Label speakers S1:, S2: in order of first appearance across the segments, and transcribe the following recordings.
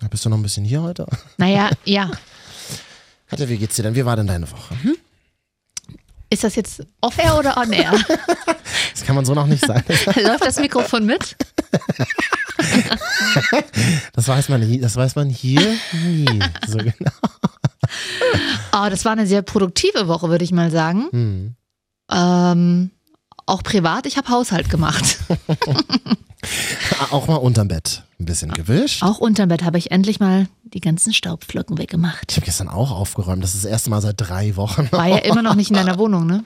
S1: Na, Bist du noch ein bisschen hier heute?
S2: Naja, ja.
S1: Katja, wie geht's dir denn? Wie war denn deine Woche?
S2: Ist das jetzt off-air oder on-air?
S1: Das kann man so noch nicht sagen.
S2: Läuft das Mikrofon mit?
S1: Das weiß man, nie- das weiß man hier nie. So genau.
S2: Oh, das war eine sehr produktive Woche, würde ich mal sagen.
S1: Hm.
S2: Ähm, auch privat, ich habe Haushalt gemacht.
S1: Ah, Auch mal unterm Bett ein bisschen gewischt.
S2: Auch unterm Bett habe ich endlich mal die ganzen Staubflocken weggemacht.
S1: Ich habe gestern auch aufgeräumt. Das ist das erste Mal seit drei Wochen.
S2: War ja immer noch nicht in deiner Wohnung, ne?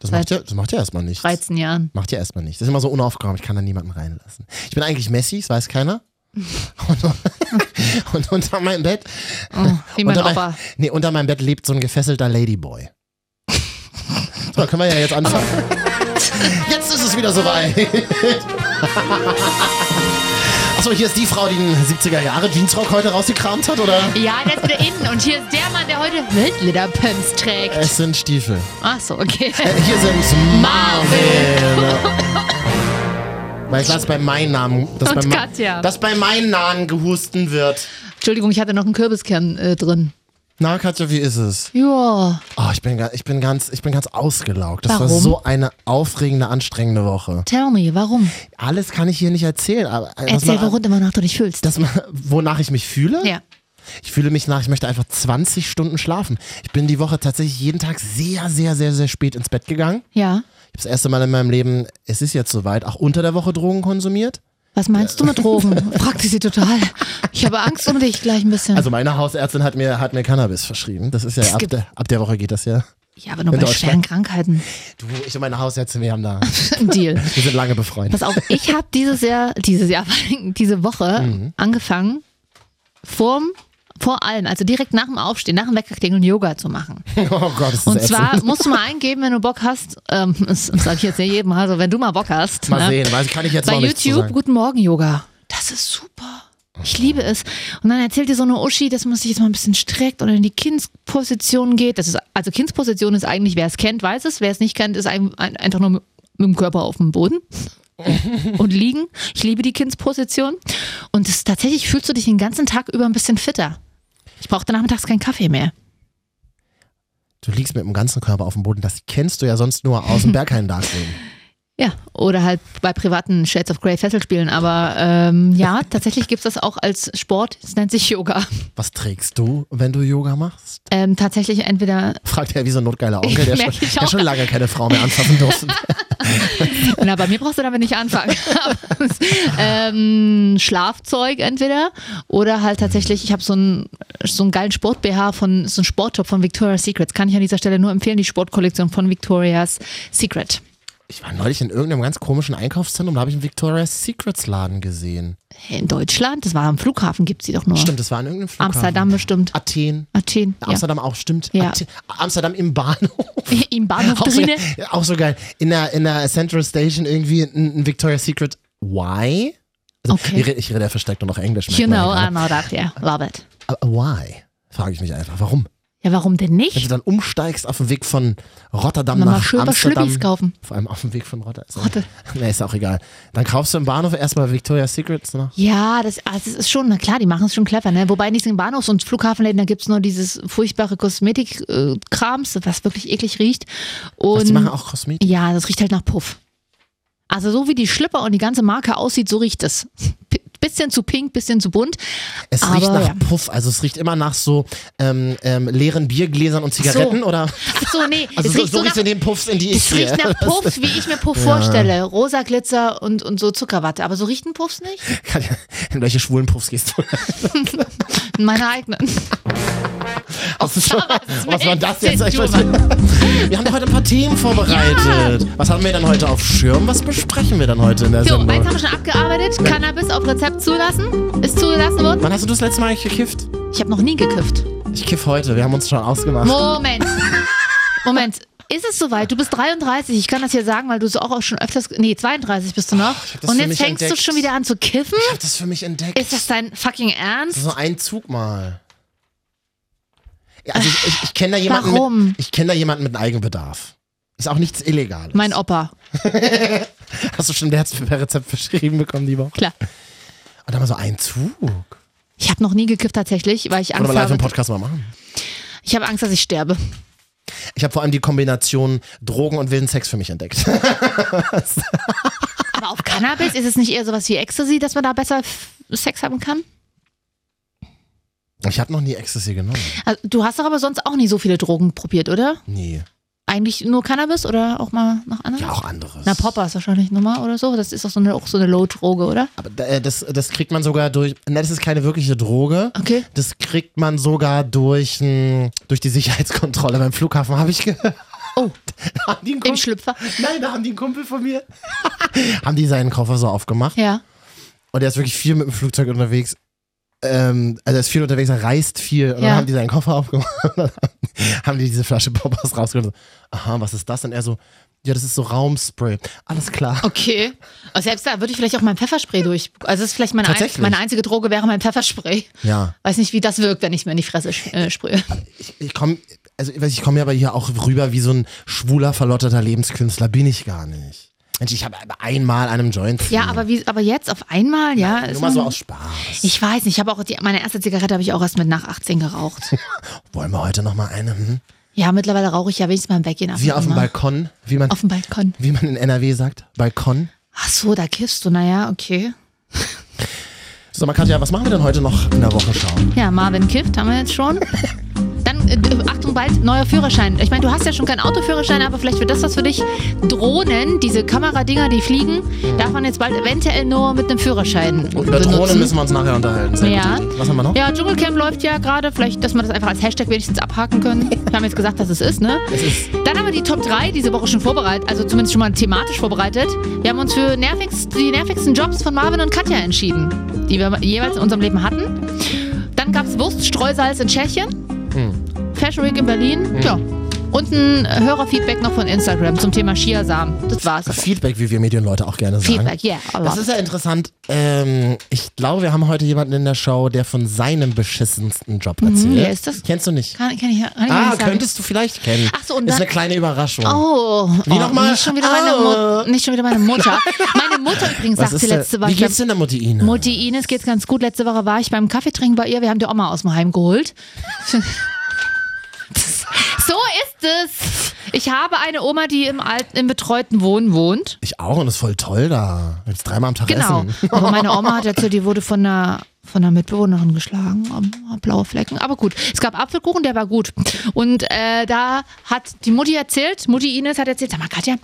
S1: Das
S2: Seit-
S1: macht ja, das macht ja erstmal nichts.
S2: 13 Jahren.
S1: Macht ja erstmal nichts. Das ist immer so unaufgeräumt. Ich kann da niemanden reinlassen. Ich bin eigentlich Messi, das weiß keiner. Und, und unter meinem Bett,
S2: Oh, wie mein
S1: unter, mein-
S2: Opa.
S1: nee, unter meinem Bett lebt so ein gefesselter Ladyboy. So, können wir ja jetzt anfangen. Jetzt ist es wieder soweit. Achso, hier ist die Frau, die den 70er Jahre Jeansrock heute rausgekramt hat, oder?
S2: Ja, der ist wieder innen. Und hier ist der Mann, der heute Wildlederpumps trägt.
S1: Es sind Stiefel.
S2: Ach so, okay.
S1: Äh, hier sind Marvin. Weil ich lasse bei meinem Namen, dass,
S2: Und
S1: bei, ma-
S2: Katja.
S1: dass bei meinem Namen gehusten wird.
S2: Entschuldigung, ich hatte noch einen Kürbiskern äh, drin.
S1: Na, Katja, wie ist es?
S2: Ja.
S1: Oh, ich, bin, ga- ich, bin ganz, ich bin ganz ausgelaugt. Das war
S2: Warum?
S1: so eine aufregende, anstrengende Woche.
S2: Tell me, warum?
S1: Alles kann ich hier nicht erzählen. Aber äh, dass
S2: Erzähl,
S1: man-
S2: worunter man nach du dich fühlst.
S1: dass man, wonach ich mich fühle?
S2: ja.
S1: Ich fühle mich nach, ich möchte einfach 20 Stunden schlafen. Ich bin die Woche tatsächlich jeden Tag sehr, sehr, sehr, sehr spät ins Bett gegangen. Ich
S2: Ja.
S1: habe das erste Mal in meinem Leben, es ist jetzt soweit, auch unter der Woche Drogen konsumiert.
S2: Was meinst du mit Drogen? fragte sie total. Ich habe Angst um dich gleich ein bisschen.
S1: Also meine Hausärztin hat mir, hat mir Cannabis verschrieben. Das ist ja,
S2: Es
S1: ab
S2: gibt-
S1: der, ab der Woche geht das ja.
S2: ja, aber nur
S1: in
S2: bei
S1: Deutschland.
S2: schweren Krankheiten.
S1: Du, ich und meine Hausärztin, wir haben da,
S2: Ein Deal.
S1: wir sind lange befreundet.
S2: Pass auf, ich habe dieses Jahr, dieses Jahr, diese Woche
S1: Mhm.
S2: angefangen, vorm, vor allem, also direkt nach dem Aufstehen, nach dem Weckerklingeln Yoga zu machen.
S1: Oh Gott, ist das
S2: Und
S1: ätzend.
S2: zwar musst du mal eingeben, wenn du Bock hast, ähm, das sage ich jetzt nicht jedem, also wenn du mal Bock hast.
S1: Mal
S2: ne?
S1: sehen, weiß, kann ich jetzt
S2: bei
S1: noch nicht
S2: YouTube
S1: sagen.
S2: Guten Morgen Yoga. Das ist super. Ich liebe es. Und dann erzählt dir so eine Uschi, dass man sich jetzt mal ein bisschen streckt und in die Kindsposition geht. Das ist, also Kindsposition ist eigentlich, wer es kennt, weiß es. Wer es nicht kennt, ist ein, ein, einfach nur mit, mit dem Körper auf dem Boden und liegen. Ich liebe die Kindsposition. Und das, tatsächlich fühlst du dich den ganzen Tag über ein bisschen fitter. Ich brauchte nachmittags keinen Kaffee mehr.
S1: Du liegst mit dem ganzen Körper auf dem Boden. Das kennst du ja sonst nur aus dem Berghain Darkroom.
S2: Ja, oder halt bei privaten Shades of Grey Fessel spielen. Aber ähm, ja, tatsächlich gibt es das auch als Sport. Es nennt sich Yoga.
S1: Was trägst du, wenn du Yoga machst?
S2: Ähm, tatsächlich entweder,
S1: Fragt er wie so ein notgeiler Onkel, der
S2: Merk
S1: schon,
S2: ich
S1: der
S2: auch.
S1: schon lange keine Frau mehr anfassen durfte.
S2: na, bei mir brauchst du damit nicht anfangen. Aber, ähm, Schlafzeug entweder oder halt tatsächlich, ich habe so einen so einen geilen Sport-BH von, so einen Sporttop von Victoria's Secret. Kann ich an dieser Stelle nur empfehlen, die Sportkollektion von Victoria's Secret.
S1: Ich war neulich in irgendeinem ganz komischen Einkaufszentrum, da habe ich einen Victoria's Secrets Laden gesehen.
S2: In Deutschland, das war am Flughafen, gibt sie doch nur.
S1: Stimmt, das war an irgendeinem Flughafen.
S2: Amsterdam bestimmt.
S1: Athen.
S2: Athen. Ja.
S1: Amsterdam auch, stimmt.
S2: Ja.
S1: Athen- Amsterdam im Bahnhof.
S2: Im Bahnhof
S1: Auch so,
S2: drinne.
S1: auch so geil. In der, in der Central Station irgendwie ein, ein Victoria's Secret. Why? Also,
S2: Okay.
S1: ich, re- ich rede ja versteckt nur noch Englisch. merkt
S2: You
S1: man
S2: know, um
S1: ja
S2: I know that, yeah. Love it.
S1: gerade. Aber Why? Frage ich mich einfach. Warum?
S2: Ja, warum denn
S1: Wenn du
S2: nicht?
S1: dann umsteigst auf dem Weg von Rotterdam
S2: Dann mal
S1: Also, nach
S2: schön was
S1: Amsterdam.
S2: Schlüppis kaufen.
S1: Vor allem auf dem Weg von Rotterdam.
S2: Rotte.
S1: Nee, ist auch egal. Dann kaufst du im Bahnhof erstmal Victoria's Secrets noch.
S2: Ja, das, ah, das ist schon, na klar, die machen es schon clever, ne? Wobei nicht in Bahnhofs- und Flughafenläden, da gibt es nur dieses furchtbare Kosmetik-Krams, äh, was wirklich eklig riecht.
S1: Was, die
S2: Und
S1: machen auch Kosmetik.
S2: ja, das riecht halt nach Puff. Also so wie die Schlipper und die ganze Marke aussieht, so riecht es. P bisschen zu pink, bisschen zu bunt.
S1: Es
S2: aber
S1: riecht nach
S2: ja.
S1: Puff, also es riecht immer nach so ähm, ähm, leeren Biergläsern und Zigaretten oder?
S2: Ach so, nee,
S1: Also
S2: es
S1: so,
S2: riecht
S1: so
S2: so,
S1: riecht
S2: nach,
S1: in den Puffs, in die ich
S2: es
S1: gehe.
S2: riecht nach Puff, wie ich mir Puff vorstelle. Rosa Glitzer und, und so Zuckerwatte. Aber so riechen Puffs nicht?
S1: Katja, In welche schwulen Puffs gehst du?
S2: Meine eigenen.
S1: Was, ist schon, was war das jetzt? Ich
S2: Du
S1: weiß nicht. Wir haben doch heute ein paar Themen vorbereitet. Was haben wir denn heute auf Schirm? Was besprechen wir denn heute in der
S2: So, eins
S1: Sendung?
S2: haben wir schon abgearbeitet. Cannabis auf Rezept zulassen. Ist zugelassen worden.
S1: Wann hast du das letzte Mal eigentlich gekifft?
S2: Ich habe noch nie gekifft.
S1: Ich kiff heute, wir haben uns schon ausgemacht.
S2: Moment. Moment. Ist es soweit? Du bist 33. Ich kann das hier sagen, weil du es auch, auch schon öfters. Nee, 32 bist du noch.
S1: hab das
S2: Und
S1: für
S2: jetzt
S1: mich
S2: fängst du
S1: entdeckt.
S2: schon wieder an zu kiffen?
S1: Ich hab das für mich entdeckt.
S2: Ist das dein fucking Ernst?
S1: so ein Zug mal. Ja, also ich, ich, ich kenne da jemanden.
S2: Warum?
S1: Mit, ich kenne da jemanden mit einem Eigenbedarf. Ist auch nichts Illegales.
S2: Mein Opa.
S1: Hast du schon der hat's per Rezept verschrieben bekommen die Woche?
S2: Klar.
S1: Und dann mal so ein Zug.
S2: Ich habe noch nie gekifft tatsächlich, weil ich
S1: Wollen
S2: Angst
S1: wir live im
S2: habe.
S1: Podcast mal machen?
S2: Ich habe Angst, dass ich sterbe.
S1: Ich habe vor allem die Kombination Drogen und wilden Sex für mich entdeckt.
S2: Aber auf Cannabis ist es nicht eher sowas wie Ecstasy, dass man da besser f- Sex haben kann?
S1: Ich habe noch nie Ecstasy genommen.
S2: Also, du hast doch aber sonst auch nie so viele Drogen probiert, oder?
S1: Nie.
S2: Eigentlich nur Cannabis oder auch mal noch anderes?
S1: Ja, auch anderes.
S2: Na, Poppers wahrscheinlich nochmal oder so. Das ist doch so eine, auch so eine Low-Droge, oder?
S1: Aber da- äh, das, das kriegt man sogar durch. Ne, das ist keine wirkliche Droge.
S2: Okay.
S1: Das kriegt man sogar durch, hm, durch die Sicherheitskontrolle beim Flughafen, habe ich gehört.
S2: Oh,
S1: Da haben die einen
S2: im
S1: Kumpel-
S2: Schlüpfer.
S1: Nein, da haben die einen Kumpel von mir. haben die seinen Koffer so aufgemacht.
S2: Ja.
S1: Und er ist wirklich viel mit dem Flugzeug unterwegs. Ähm, also er ist viel unterwegs, er reist viel. Und
S2: Ja.
S1: dann haben die seinen Koffer aufgemacht. Und dann haben die diese Flasche Poppers rausgeholt. und So, Aha, was ist das? Und er so, ja, das ist so Raumspray. Alles klar.
S2: Okay. Aber selbst da würde ich vielleicht auch mein Pfefferspray durch. Also, das ist vielleicht meine, ein,
S1: Tatsächlich?
S2: meine einzige Droge, wäre mein Pfefferspray.
S1: Ja.
S2: Weiß nicht, wie das wirkt, wenn ich mir in die Fresse sch- äh, sprühe.
S1: Ich komme, also ich weiß, ich komme ja aber hier auch rüber wie so ein schwuler, verlotterter Lebenskünstler. Bin ich gar nicht. Mensch, ich habe einmal an einem Joint.
S2: Ja, aber, wie, aber jetzt auf einmal, ja.
S1: Nur
S2: ist
S1: mal so
S2: man-
S1: aus Spaß.
S2: ich weiß nicht, ich habe auch die, meine erste Zigarette habe ich auch erst mit nach 18 geraucht.
S1: Wollen wir heute noch mal eine? Hm?
S2: Ja, mittlerweile rauche ich ja wenigstens beim Weggehen ab.
S1: Wie
S2: und
S1: auf dem
S2: an.
S1: Balkon, wie man,
S2: Auf dem Balkon.
S1: wie man in NRW sagt. Balkon.
S2: Ach so, da kiffst du, naja, okay.
S1: So, mal Katja, was machen wir denn heute noch in der Woche schauen?
S2: Ja, Marvin kifft, haben wir jetzt schon. Dann, äh, Achtung, bald neuer Führerschein. Ich meine, du hast ja schon keinen Autoführerschein, aber vielleicht wird das was für dich. Drohnen, diese Kameradinger, die fliegen, darf man jetzt bald eventuell nur mit einem Führerschein
S1: Und über Drohnen müssen
S2: benutzen.
S1: wir uns nachher unterhalten. Sehr
S2: Ja.
S1: gut. Was haben wir noch?
S2: Ja, Dschungelcamp läuft ja gerade. Vielleicht, dass wir das einfach als Hashtag wenigstens abhaken können. Wir haben jetzt gesagt, dass es ist, ne?
S1: Es ist
S2: Dann haben wir die Top 3 diese Woche schon vorbereitet, also zumindest schon mal thematisch vorbereitet. Wir haben uns für nervigst, die nervigsten Jobs von Marvin und Katja entschieden, die wir jeweils in unserem Leben hatten. Dann gab es Wurststreusalz in Tschechien,
S1: Hm.
S2: Fashion Week in Berlin, ja. Und ein äh, Hörerfeedback noch von Instagram zum Thema Chiasamen. Das war's.
S1: Feedback, wie wir Medienleute auch gerne sagen.
S2: Feedback, yeah. I
S1: Das
S2: love
S1: ist ja interessant. Ähm, ich glaube, wir haben heute jemanden in der Show, der von seinem beschissensten Job erzählt.
S2: wer Mhm. ist das?
S1: Kennst du nicht?
S2: Kann, kann ich, kann ich
S1: Ah,
S2: nicht sagen.
S1: könntest du vielleicht kennen.
S2: Ach so, und
S1: Ist
S2: dann-
S1: eine kleine Überraschung.
S2: Oh,
S1: Wie
S2: oh,
S1: nochmal?
S2: Nicht schon, wieder meine
S1: Au.
S2: Mut, nicht schon wieder meine Mutter. Meine Mutter übrigens
S1: Was
S2: sagte
S1: ist denn-
S2: letzte Woche,
S1: Wie
S2: ich glaub,
S1: geht's denn der Mutti Ine?
S2: Mutti Ines geht's ganz gut. Letzte Woche war ich beim Kaffeetrinken bei ihr. Wir haben die Oma aus dem Heim geholt. so ist es. Ich habe eine Oma, die im, alten, im betreuten Wohnen wohnt.
S1: Ich auch und ist voll toll da. Jetzt dreimal am Tag
S2: Genau.
S1: essen.
S2: Aber meine Oma hat erzählt, die wurde von einer, von einer Mitbewohnerin geschlagen. Ähm, Blaue Flecken. Aber gut. Es gab Apfelkuchen, der war gut. Und äh, da hat die Mutti erzählt, Mutti Ines hat erzählt, sag mal Katja,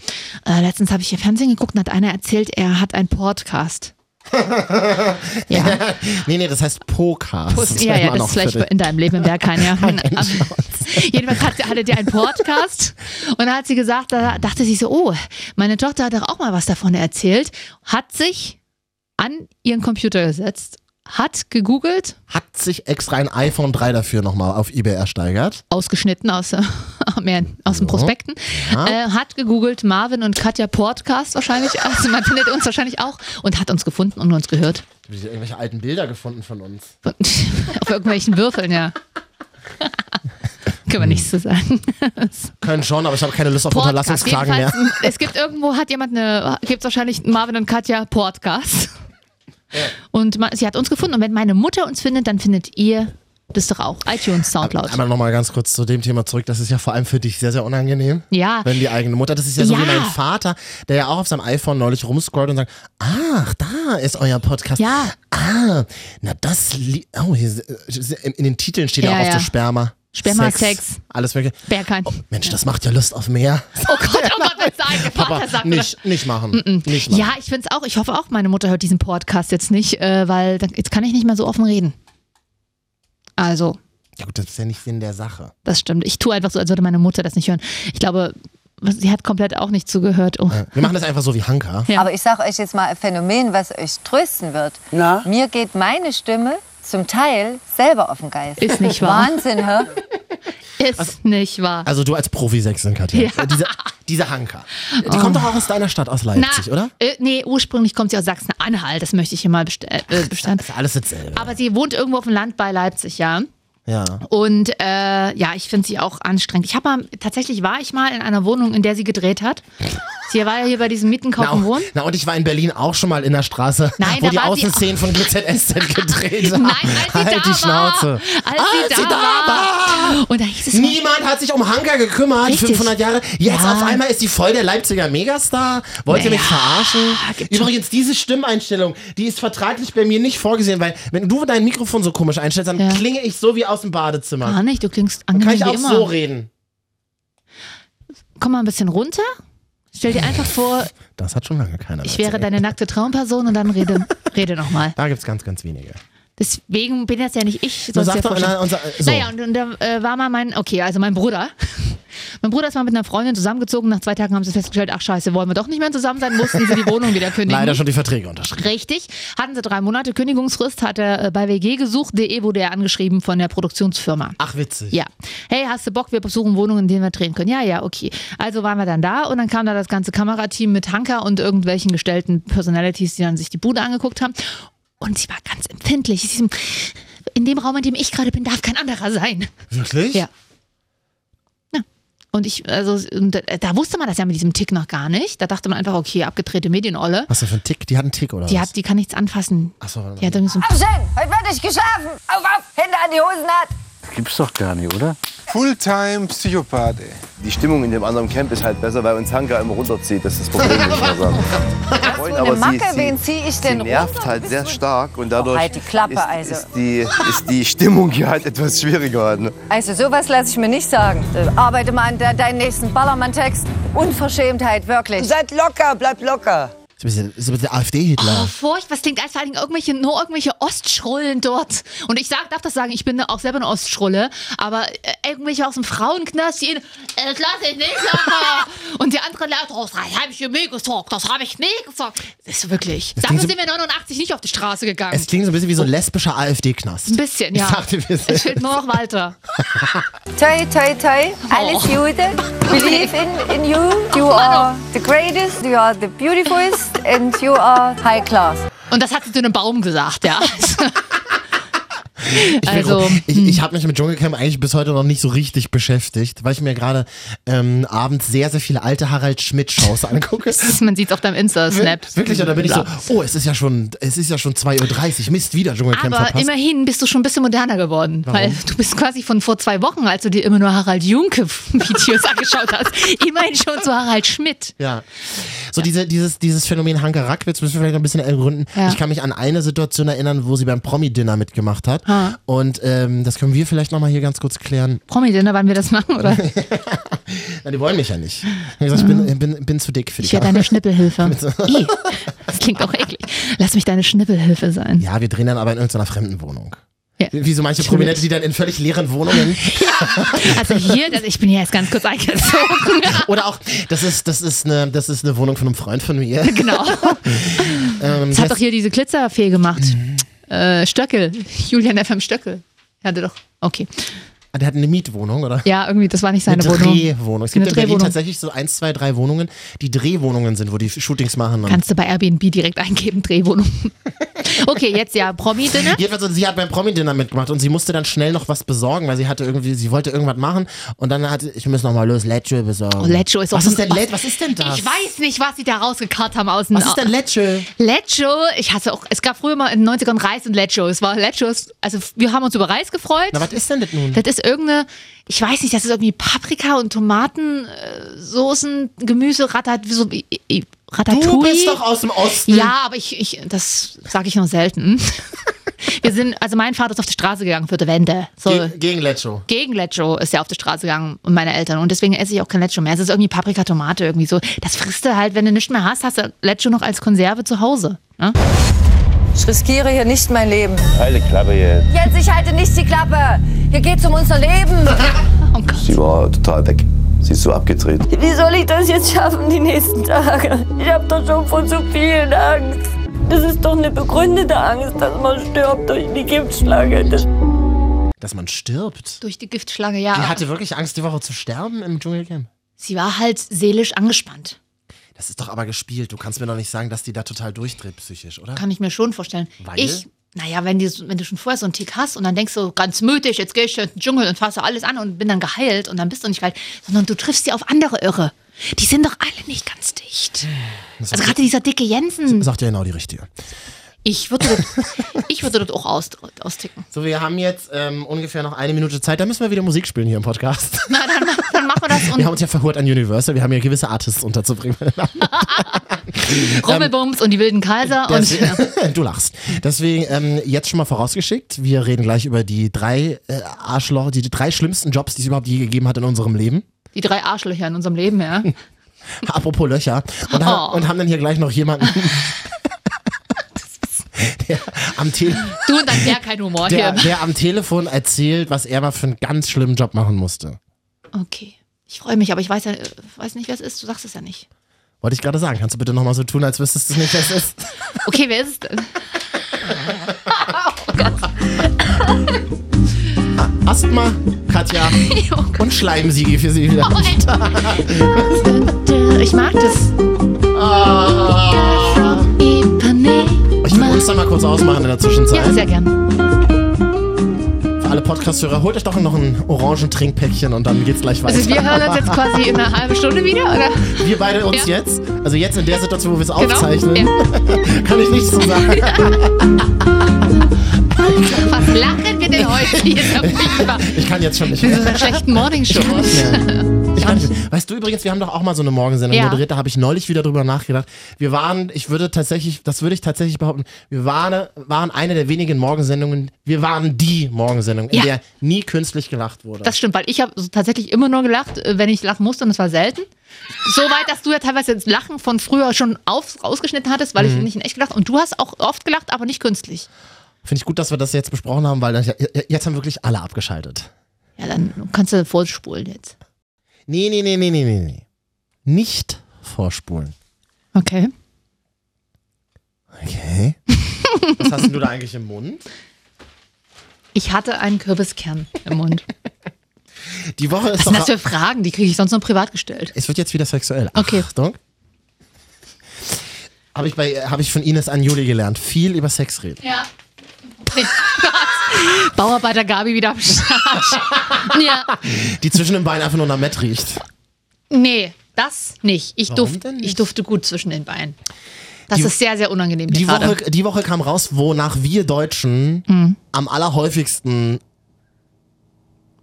S2: äh, letztens habe ich hier Fernsehen geguckt und hat einer erzählt, er hat einen Podcast. ja.
S1: Nee, nee, das heißt Podcast.
S2: Puss, ja, ja, das ist vielleicht in deinem Leben im Berg kein ja. Jedenfalls hat, hatte die einen Podcast und da hat sie gesagt, da dachte sie so, oh, meine Tochter hat doch auch mal was davon erzählt, hat sich an ihren Computer gesetzt, hat gegoogelt,
S1: Hat sich extra ein iPhone 3 dafür nochmal auf Ebay ersteigert.
S2: ausgeschnitten aus, äh, mehr aus den Prospekten, äh, hat gegoogelt Marvin und Katja Podcast wahrscheinlich, also man findet uns wahrscheinlich auch und hat uns gefunden und uns gehört.
S1: Ich habe irgendwelche alten Bilder gefunden von uns.
S2: Auf irgendwelchen Würfeln, ja. Können wir nichts zu sagen.
S1: Können schon, aber ich habe keine Lust auf
S2: Podcast.
S1: Unterlassungsklagen mehr.
S2: Jedenfalls, m, Es gibt irgendwo, hat jemand eine, gibt es wahrscheinlich Marvin und Katja Podcast. Und ma, sie hat uns gefunden. Und wenn meine Mutter uns findet, dann findet ihr das doch auch. iTunes, Soundcloud.
S1: Einmal nochmal ganz kurz zu dem Thema zurück. Das ist ja vor allem für dich sehr, sehr unangenehm.
S2: Ja.
S1: Wenn die eigene Mutter, das ist ja so
S2: Ja.
S1: wie mein Vater, der ja auch auf seinem iPhone neulich rumscrollt und sagt, ach, da ist euer Podcast.
S2: Ja.
S1: Ah, na das, li- oh, hier, in in den Titeln steht ja,
S2: Ja,
S1: auch oft
S2: ja.
S1: so Sperma.
S2: Sperma, Sex.
S1: Alles mögliche.
S2: Bergheim.
S1: Oh, Mensch, das macht ja Lust auf mehr.
S2: Oh Gott, oh Gott, wenn's sein Vater
S1: Papa,
S2: sagt
S1: nicht, nicht machen. Nicht machen.
S2: Ja, ich finde es auch. Ich hoffe auch, meine Mutter hört diesen Podcast jetzt nicht, äh, weil dann, jetzt kann ich nicht mehr so offen reden. Also,
S1: ja gut, das ist ja nicht Sinn der Sache.
S2: das stimmt. Ich tue einfach so, als würde meine Mutter das nicht hören. Ich glaube, sie hat komplett auch nicht zugehört. Oh.
S1: Wir machen das einfach so wie Hanka.
S2: Ja.
S3: Aber ich sage euch jetzt mal ein Phänomen, was euch trösten wird.
S4: Na?
S3: Mir geht meine Stimme zum Teil selber auf den Geist.
S2: Ist nicht wahr.
S3: Wahnsinn, hä?
S2: Ist nicht wahr.
S1: Also du als Profi-Sechsin, Katja. Äh, Diese, diese Hanka. Die
S2: Oh.
S1: kommt doch auch aus deiner Stadt, aus Leipzig, oder?
S2: Äh, nee, ursprünglich kommt sie aus Sachsen-Anhalt, das möchte ich hier mal best äh, äh, bestellen.
S1: Ist ja alles dasselbe.
S2: Aber sie wohnt irgendwo auf dem Land bei Leipzig, ja.
S1: Ja.
S2: Und äh, ja, ich finde sie auch anstrengend. Ich habe mal, tatsächlich war ich mal in einer Wohnung, in der sie gedreht hat. Sie war ja hier bei
S1: Na,
S2: diesem Mietenkaufen
S1: auch,
S2: wohnen.
S1: na und ich war in Berlin auch schon mal in der Straße,
S2: Nein,
S1: wo
S2: da
S1: die
S2: war sie-
S1: Außenszenen von GZSZ gedreht haben.
S2: Nein, als sie
S1: halt
S2: da
S1: die
S2: war.
S1: Schnauze. Ah,
S2: Als, sie, da, war. Und da hieß es immer,
S1: Niemand hat sich um Hanka gekümmert,
S2: Richtig.
S1: 500 Jahre. Jetzt
S2: Ja.
S1: auf einmal ist sie voll der Leipziger Megastar. Wollt ihr
S2: Naja,
S1: mich verarschen?
S2: gibt schon-
S1: Übrigens, diese Stimmeinstellung, die ist vertraglich bei mir nicht vorgesehen, weil wenn du dein Mikrofon so komisch einstellst, dann
S2: Ja.
S1: klinge ich so wie aus dem Badezimmer.
S2: gar nicht, du klingst
S1: Dann
S2: angenehm
S1: kann ich auch
S2: wie immer.
S1: so reden.
S2: Komm mal ein bisschen runter. Stell dir einfach vor,
S1: Das hat schon lange keiner.
S2: ich
S1: mehr
S2: wäre
S1: erzählt.
S2: deine nackte Traumperson und dann rede, rede nochmal.
S1: Da gibt's ganz, ganz wenige.
S2: Deswegen bin das ja nicht ich.
S1: Du
S2: Sonst ja
S1: sagst doch,
S2: Vorstand.
S1: na, unser, so.
S2: Naja, und, und da äh, war mal mein, okay, also mein Bruder. Mein Bruder ist mal mit einer Freundin zusammengezogen. Nach zwei Tagen haben sie festgestellt, ach scheiße, wollen wir doch nicht mehr zusammen sein, mussten sie die Wohnung wieder kündigen.
S1: Leider schon die Verträge unterschrieben.
S2: Richtig. Hatten sie drei Monate Kündigungsfrist, hat er äh, bei WG gesucht. DE wurde er angeschrieben von der Produktionsfirma.
S1: Ach, witzig.
S2: Ja. Hey, hast du Bock? Wir besuchen Wohnungen, in denen wir drehen können. Ja, ja, okay. Also waren wir dann da und dann kam da das ganze Kamerateam mit Hanka und irgendwelchen gestellten Personalities, die dann sich die Bude angeguckt haben. Und sie war ganz empfindlich. Sie, in dem Raum, in dem ich gerade bin, darf kein anderer sein.
S1: Wirklich?
S2: Ja. Ja. Und ich, also, und da, da wusste man das ja mit diesem Tick noch gar nicht. Da dachte man einfach, okay, abgedrehte Medienolle.
S1: Was ist das für ein Tick? Die hat einen Tick, oder
S2: Die
S1: was?
S2: hat, die kann nichts anfassen.
S1: Ach so, warte mal.
S2: Die hat irgendwie so ein
S3: Abschön, heute wird nicht geschlafen. Auf, auf, Hände an die Hosennaht.
S4: Gibt's doch gar nicht, oder?
S5: Fulltime-Psychopath, ey.
S6: Die Stimmung in dem anderen Camp ist halt besser, weil uns Hanka immer runterzieht. Das ist das Problem, muss man sagen.
S3: Hast du eine Macke? Wen zieh ich denn
S6: sie nervt
S3: runter?
S6: halt
S3: Bist
S6: sehr
S3: du-
S6: stark und dadurch
S3: Oh, halt die Klappe,
S6: ist,
S3: also.
S6: ist, die, ist die Stimmung hier halt etwas schwieriger. Halt, ne?
S3: Also sowas lasse ich mir nicht sagen. Arbeite mal an de deinen nächsten Ballermann-Text. Unverschämtheit, wirklich.
S7: Seid locker, bleibt locker.
S1: Ist ein bisschen, ist ein bisschen AfD-Hitler.
S2: Oh, Furcht, was klingt als vor allen Dingen irgendwelche, nur irgendwelche Ostschrullen dort. Und ich sag, darf das sagen, ich bin auch selber eine Ostschrulle, aber äh, irgendwelche aus dem Frauenknast, die ihn, äh, das lass ich nicht locker. Und die andere laut, oh, das habe ich nie gesagt, das habe ich nie gesagt. Das ist wirklich. Dafür
S1: klingt so-
S2: sind wir 89 nicht auf die Straße gegangen.
S1: Es klingt so ein bisschen wie so ein lesbischer AfD-Knast.
S2: Oh. ein bisschen, ja.
S1: Ich dachte, wir
S2: es
S1: sind.
S2: fehlt nur noch Walter.
S3: Toi, toi, toi. Alles Gute. Believe in, in you. You are the greatest. You are the beautifulest. And you are high class.
S2: Und das hat sie zu einem Baum gesagt, ja.
S1: Ich bin
S2: also,
S1: froh. ich, ich habe mich mit Dschungelcamp eigentlich bis heute noch nicht so richtig beschäftigt, weil ich mir gerade ähm, abends sehr, sehr viele alte Harald Schmidt-Shows angucke.
S2: man sieht es auf deinem Insta-Snap.
S1: Wirklich, und dann bin ich so,
S2: Ja.
S1: oh, es ist ja schon, es ist ja schon 2.30 Uhr, Mist, wieder Dschungelcamp
S2: Aber
S1: verpasst.
S2: immerhin bist du schon ein bisschen moderner geworden, weil du bist quasi von vor zwei Wochen, als du dir immer nur Harald Junke Videos angeschaut hast, immerhin schon zu Harald Schmidt.
S1: Ja. So diese, dieses, dieses Phänomen Hanke Rackwitz müssen wir vielleicht noch ein bisschen ergründen.
S2: Ja.
S1: Ich kann mich an eine Situation erinnern, wo sie beim Promi-Dinner mitgemacht hat.
S2: Ha.
S1: Und ähm, das können wir vielleicht nochmal hier ganz kurz klären.
S2: Promi Dinner, wann wir das machen, oder?
S1: Na, die wollen mich ja nicht. Ich, hab gesagt, ich bin, bin, bin zu dick für dich.
S2: Ah. Ich werde deine Schnippelhilfe. I, das klingt auch eklig. Lass mich deine Schnippelhilfe sein.
S1: Ja, wir drehen dann aber in irgendeiner fremden Wohnung.
S2: Ja.
S1: Wie so manche
S2: Stimmt.
S1: Prominente, die dann in völlig leeren Wohnungen
S2: Also hier, also ich bin hier erst ganz kurz eingezogen.
S1: oder auch das ist das ist eine das ist eine Wohnung von einem Freund von mir.
S2: Genau.
S1: Ähm, Mhm.
S2: Das hat doch hier diese Glitzerfee gemacht. Äh, Stöckel. Julian F.M. Stöckel. Er hatte doch. Okay.
S1: ah, der hat eine Mietwohnung oder?
S2: Ja, irgendwie, das war nicht seine
S1: eine
S2: Wohnung.
S1: Drehwohnung. Es gibt
S2: Eine
S1: in Berlin
S2: Drehwohnung.
S1: tatsächlich so eins, zwei, drei Wohnungen, die Drehwohnungen sind, wo die Shootings machen. Und
S2: Kannst du bei Airbnb direkt eingeben, Drehwohnung. Okay, jetzt ja, Promi-Dinner.
S1: jedenfalls, und sie hat beim Promi-Dinner mitgemacht und sie musste dann schnell noch was besorgen, weil sie hatte irgendwie, sie wollte irgendwas machen und dann hatte, ich muss noch mal los, Lecce besorgen.
S2: Oh, Lecho ist auch
S1: was
S2: so-
S1: ist denn Lecce? Was ist denn das?
S2: Ich weiß nicht, was sie da rausgekarrt haben aus dem
S1: Was ist denn Lecce?
S2: Lecho, ich hasse auch, es gab früher mal in den 90ern Reis und Lecho. Es war Lecho, ist- also wir haben uns über Reis gefreut.
S1: Na, was ist denn das nun?
S2: das ist irgendeine, ich weiß nicht, das ist irgendwie Paprika und Tomaten, äh, Soßen, Gemüse, Ratat, so, wie- i- i- Ratatouille.
S1: Du bist doch aus dem Osten.
S2: Ja, aber ich, ich das sage ich noch selten. Wir sind, also mein Vater ist auf die Straße gegangen für die Wende. So,
S1: Ge gegen Lecce.
S2: gegen Lecho ist ja auf die Straße gegangen und meine Eltern und deswegen esse ich auch kein Lecho mehr. Es ist irgendwie Paprika, Tomate irgendwie so. Das frisst du halt, wenn du nichts mehr hast, hast du Lecho noch als Konserve zu Hause. Ne?
S3: Ich riskiere hier nicht mein Leben.
S4: Heile Klappe jetzt.
S3: Jetzt, ich halte nicht die Klappe. Hier geht's um unser Leben.
S2: Oh Gott.
S6: Sie war total weg. Sie ist so abgedreht.
S8: Wie soll ich das jetzt schaffen die nächsten Tage? Ich habe doch schon vor so vielen Angst. Das ist doch eine begründete Angst, dass man stirbt durch die Giftschlange. Das
S1: Dass man stirbt.
S2: Durch die Giftschlange, ja.
S1: Die hatte wirklich Angst, die Woche zu sterben im Dschungelcamp.
S2: Sie war halt seelisch angespannt.
S1: Das ist doch aber gespielt. Du kannst mir doch nicht sagen, dass die da total durchdreht psychisch, oder?
S2: Kann ich mir schon vorstellen.
S1: Weil?
S2: Ich, naja, wenn, die, wenn du schon vorher so einen Tick hast und dann denkst du ganz mutig, jetzt gehe ich in den Dschungel und fasse alles an und bin dann geheilt und dann bist du nicht geheilt, sondern du triffst sie auf andere Irre. Die sind doch alle nicht ganz dicht. Echt? Also gerade dieser dicke Jensen.
S1: Sagt ja genau die richtige.
S2: Ich würde dort, ich würde dort auch aus, austicken.
S1: So, wir haben jetzt ähm, ungefähr noch eine Minute Zeit. Da müssen wir wieder Musik spielen hier im Podcast.
S2: Na, dann, mach- dann machen wir das
S1: Wir haben uns
S2: und
S1: ja verhurt an Universal. Wir haben ja gewisse Artists unterzubringen. ähm,
S2: Rummelbums und die wilden Kaiser und
S1: du lachst. Deswegen ähm, jetzt schon mal vorausgeschickt. Wir reden gleich über die drei äh, Arschloch, die, die drei schlimmsten Jobs, die es überhaupt je gegeben hat in unserem Leben.
S2: die drei Arschlöcher in unserem Leben, ja.
S1: Apropos Löcher. Und, ha-
S2: Oh.
S1: und haben dann hier gleich noch jemanden. Der am, Tele
S2: Du und dann wäre kein Humor
S1: der,
S2: hier.
S1: der am Telefon erzählt, was er mal für einen ganz schlimmen Job machen musste.
S2: Okay. Ich freue mich, aber ich weiß ja, äh, weiß nicht, wer es ist. Du sagst es ja nicht.
S1: Wollte ich gerade sagen. Kannst du bitte nochmal so tun, als wüsstest du nicht, wer es ist?
S2: Okay, wer ist es denn?
S1: Asthma, Katja und Schleimsiege für sie wieder.
S2: Oh, Alter. Ich mag das.
S1: Ich will uns dann mal kurz ausmachen in der
S2: Oh, Ja,
S1: Zwischenzeit.
S2: sehr gern.
S1: Für alle Podcast-Hörer, holt euch doch noch ein Orangentrinkpäckchen und dann geht's gleich weiter.
S2: Also wir hören uns jetzt quasi in einer halben Stunde wieder, oder?
S1: Wir beide uns
S2: Ja.
S1: jetzt, also jetzt in der Situation, wo wir es
S2: Genau.
S1: aufzeichnen, kann ich nichts zu sagen.
S2: Was lachen wir denn heute hier? Ist ja furchtbar.
S1: Ich kann jetzt schon nicht
S2: In
S1: mehr.
S2: so einer schlechten Morningshow.
S1: Ich kann nicht mehr. Weißt du übrigens, wir haben doch auch mal so eine Morgensendung
S2: Ja.
S1: moderiert, da habe ich neulich wieder drüber nachgedacht. Wir waren, ich würde tatsächlich, das würde ich tatsächlich behaupten, wir waren, waren eine der wenigen Morgensendungen, wir waren die Morgensendung, in
S2: Ja.
S1: der nie künstlich gelacht wurde.
S2: Das stimmt, weil ich habe so tatsächlich immer nur gelacht, äh, wenn ich lachen musste und es war selten. So weit, dass du ja teilweise das Lachen von früher schon auf, rausgeschnitten hattest, weil ich
S1: Mhm.
S2: nicht in echt gelacht Und du hast auch oft gelacht, aber nicht künstlich.
S1: Finde ich gut, dass wir das jetzt besprochen haben, weil das, jetzt haben wirklich alle abgeschaltet.
S2: Ja, dann kannst du vorspulen jetzt.
S1: Nee, nee, nee, nee, nee, nee, nee. Nicht vorspulen.
S2: Okay.
S1: Okay. Was hast denn du da eigentlich im Mund?
S2: Ich hatte einen Kürbiskern im Mund.
S1: Die Woche ist
S2: Was sind das
S1: doch.
S2: für Fragen? Die kriege ich sonst nur privat gestellt.
S1: Es wird jetzt wieder sexuell.
S2: Okay.
S1: Achtung. Habe ich, bei, hab ich von Ines Anjuli gelernt. Viel über Sex reden.
S2: Ja. Bauarbeiter Gabi wieder am Start. ja.
S1: Die zwischen den Beinen einfach nur nach Met riecht.
S2: Nee, das nicht. Ich,
S1: Warum
S2: duft,
S1: denn nicht?
S2: ich dufte gut zwischen den Beinen. Das
S1: Die-
S2: ist sehr, sehr unangenehm. hier
S1: Die
S2: gerade. Mhm.
S1: Woche, die Woche kam raus, wonach wir Deutschen am allerhäufigsten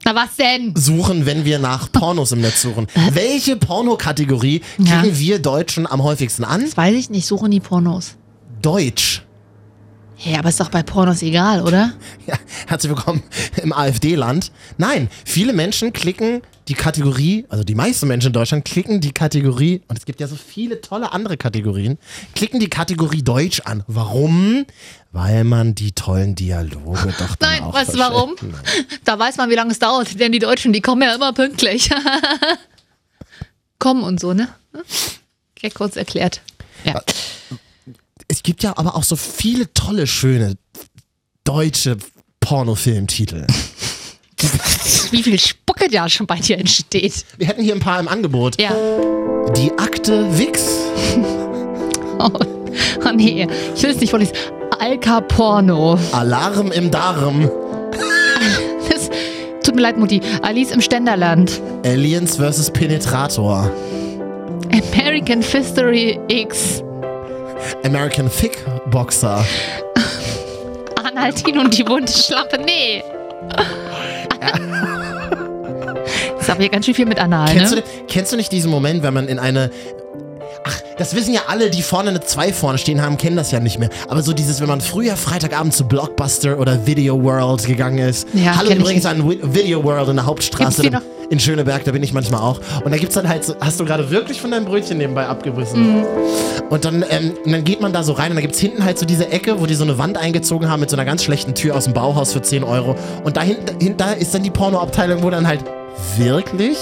S2: Na was denn?
S1: suchen, wenn wir nach Pornos im Netz suchen. Welche Pornokategorie kriegen
S2: Äh. Ja.
S1: wir Deutschen am häufigsten an?
S2: Das weiß ich nicht, suche nie Pornos.
S1: Deutsch.
S2: Hey, aber ist doch bei Pornos egal, oder?
S1: Ja, herzlich willkommen im AfD-Land. Nein, viele Menschen klicken die Kategorie, also die meisten Menschen in Deutschland klicken die Kategorie, und es gibt ja so viele tolle andere Kategorien, klicken die Kategorie Deutsch an. Warum? Weil man die tollen Dialoge doch dann
S2: Nein,
S1: auch
S2: weißt du warum?
S1: versteht. Nein.
S2: Da weiß man, wie lange es dauert, denn die Deutschen, die kommen ja immer pünktlich. kommen und so, ne? Ja, kurz erklärt. Ja.
S1: Es gibt ja aber auch so viele tolle, schöne deutsche Pornofilmtitel.
S2: Wie viel Spucke da schon bei dir entsteht.
S1: Wir hätten hier ein paar im Angebot.
S2: Ja.
S1: Die Akte Wix.
S2: Oh, oh nee, ich will es nicht vorlesen. Alka Porno.
S1: Alarm im Darm.
S2: Das, tut mir leid, Mutti. Alice im Ständerland.
S1: Aliens vs. Penetrator.
S2: American Fistory X.
S1: American Thick Boxer.
S2: Analtin und die bunte Schlampe. Nee. Das haben wir ganz schön viel mit Anal,
S1: Kennst,
S2: ne?
S1: du, den- kennst du nicht diesen Moment, wenn man in eine. Ach, das wissen ja alle, die vorne eine 2 vorne stehen haben, kennen das ja nicht mehr. Aber so dieses, wenn man früher Freitagabend zu Blockbuster oder Video World gegangen ist.
S2: Ja,
S1: Hallo
S2: kenn ich
S1: übrigens an Wi- Video World in der Hauptstraße
S2: Gibt's die
S1: da- in Schöneberg, da bin ich manchmal auch. Und da gibt's dann halt so, hast du gerade wirklich von deinem Brötchen nebenbei abgebissen.
S2: Mhm.
S1: Und dann, ähm, und dann geht man da so rein und da gibt's hinten halt so diese Ecke, wo die so eine Wand eingezogen haben mit so einer ganz schlechten Tür aus dem Bauhaus für 10 Euro. Und da hinten, hin- da ist dann die Pornoabteilung, wo dann halt wirklich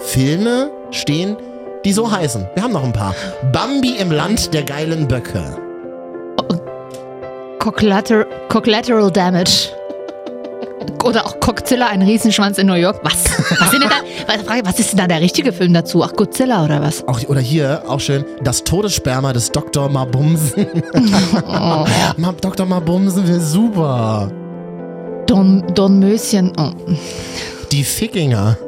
S1: Filme stehen, die so heißen. Wir haben noch ein paar. Bambi im Land der geilen Böcke.
S2: Cockleter- Cockleteral Damage. Oder auch Cockzilla, ein Riesenschwanz in New York. Was? Was, sind denn da, was, Frage, was ist denn da der richtige Film dazu? Ach, Godzilla oder was?
S1: Auch, oder hier, auch schön, das Todessperma des Dr. Mabumsen. Ma- Dr. Mabumsen wäre super.
S2: Don, Don Möschen. Oh.
S1: Die Fickinger.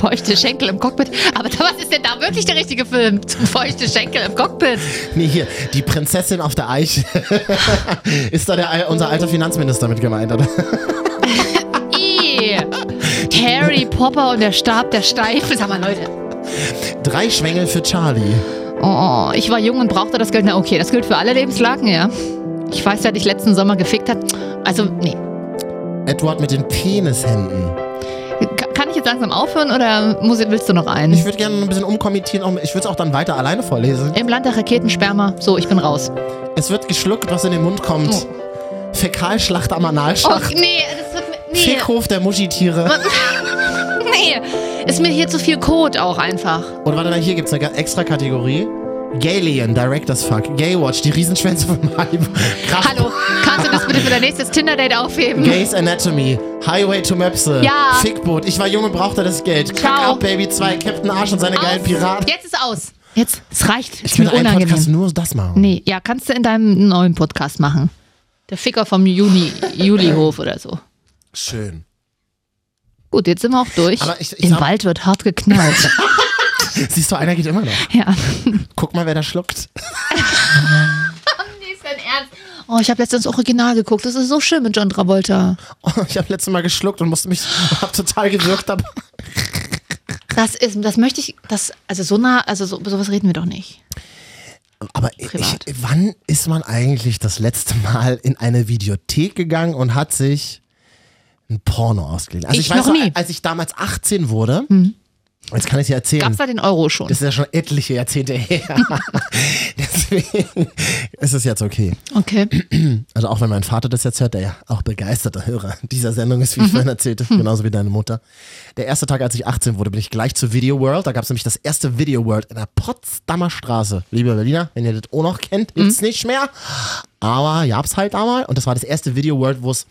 S2: Feuchte Schenkel im Cockpit. Aber da- was ist denn da wirklich der richtige Film? Zum feuchte Schenkel im Cockpit.
S1: Nee, hier, die Prinzessin auf der Eiche. ist da der, Al- unser alter Finanzminister mit gemeint, oder?
S2: Ih. Harry Popper und der Stab der Steife. Sag mal, Leute.
S1: Drei Schwengel für Charlie.
S2: Oh, ich war jung und brauchte das Geld. Na, okay, das gilt für alle Lebenslagen, ja. Ich weiß, wer dich letzten Sommer gefickt hat. Also, nee.
S1: Edward mit den Penishänden.
S2: Ka- Kann ich jetzt langsam aufhören oder muss, willst du noch
S1: Ich
S2: einen?
S1: würde gerne ein bisschen umkommentieren. auch- Ich würde es auch dann weiter alleine vorlesen.
S2: Im Land der Raketensperma. So, ich bin raus.
S1: Es wird geschluckt, was in den Mund kommt. Fäkalschlacht am
S2: Oh,
S1: Analschacht.
S2: nee, das wird mir. Oh, Nee.
S1: Fickhof der Muschitiere.
S2: Nee. Ist mir hier zu viel Code auch einfach.
S1: Und warte mal, hier gibt es eine ga- extra Kategorie. Galian, Director's Fuck. Gaywatch, die Riesenschwänze von Malibu. Kraft.
S2: Hallo, kannst du das bitte für dein nächstes Tinder-Date aufheben?
S1: Gays Anatomy, Highway to Möpse,
S2: Ja.
S1: Fickboot, ich war jung und brauchte das Geld,
S2: Ciao.
S1: Kack Up Baby 2, Captain Arsch und seine geilen
S2: Aus.
S1: Piraten.
S2: Jetzt ist aus. Jetzt, es reicht. Es
S1: Ich will
S2: wird
S1: einen Podcast
S2: unangenehm.
S1: nur das machen.
S2: Nee, ja, kannst du in deinem neuen Podcast machen. Der Ficker vom Juni, Julihof oder so.
S1: Schön.
S2: Gut, jetzt sind wir auch durch.
S1: Aber ich- ich
S2: Im
S1: sag-
S2: Wald wird hart geknallt.
S1: Siehst du, einer geht immer noch.
S2: ja.
S1: Guck mal, wer da schluckt.
S2: Nee, ist dein Ernst. Oh, ich habe letztens Original geguckt. Das ist so schön mit John Travolta.
S1: Oh, ich habe letztes Mal geschluckt und musste mich, hab total gewirkt. dabei.
S2: Das ist, das möchte ich, das, also so nah, also so, sowas reden wir doch nicht.
S1: Aber
S2: Privat.
S1: ich, wann ist man eigentlich das letzte Mal in eine Videothek gegangen und hat sich ein Porno ausgeliehen? Also ich,
S2: Ich
S1: weiß
S2: noch nie. Hm.
S1: als ich damals 18 wurde, jetzt kann ich dir erzählen.
S2: Gab's da den Euro schon?
S1: Das ist ja schon etliche Jahrzehnte her. Deswegen ist es jetzt okay.
S2: Okay.
S1: Also auch wenn mein Vater das jetzt hört, der ja auch begeisterter Hörer dieser Sendung ist, wie ich vorhin erzählte, genauso wie deine Mutter. Der erste Tag, als ich 18 wurde, bin ich gleich zu Video World. Da gab es nämlich das erste Video World in der Potsdamer Straße. Liebe Berliner, wenn ihr das auch noch kennt, gibt's nicht mehr. Aber gab's halt einmal. Und das war das erste Video World, wo es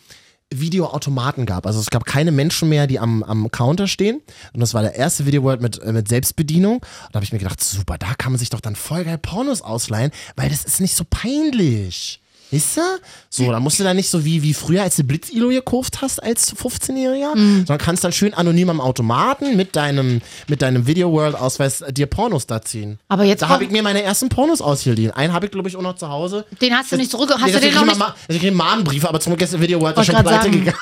S1: Videoautomaten gab. Also es gab keine Menschen mehr, die am, am Counter stehen. Und das war der erste Video World mit, äh, mit Selbstbedienung. Und da habe ich mir gedacht, super, da kann man sich doch dann voll geil Pornos ausleihen, weil das ist nicht so peinlich. Wisst ihr? So, dann musst du da nicht so wie, wie früher, als du Blitzilo gekauft hast als 15-Jähriger,
S2: Mhm.
S1: sondern kannst dann schön anonym am Automaten mit deinem, mit deinem Video World Ausweis äh, dir Pornos da ziehen.
S2: Aber jetzt
S1: da
S2: kommt-
S1: habe ich mir meine ersten Pornos ausgeliehen. Einen habe ich, glaube ich, auch noch zu Hause.
S2: Den hast du nicht zurück- hast du den
S1: deswegen
S2: noch
S1: krieg ich immer Ma- also Ich kriege Mahnbriefe, aber zum Glück ist der Video World da
S2: Wollte
S1: schon
S2: grad
S1: pleite
S2: sagen.
S1: gegangen.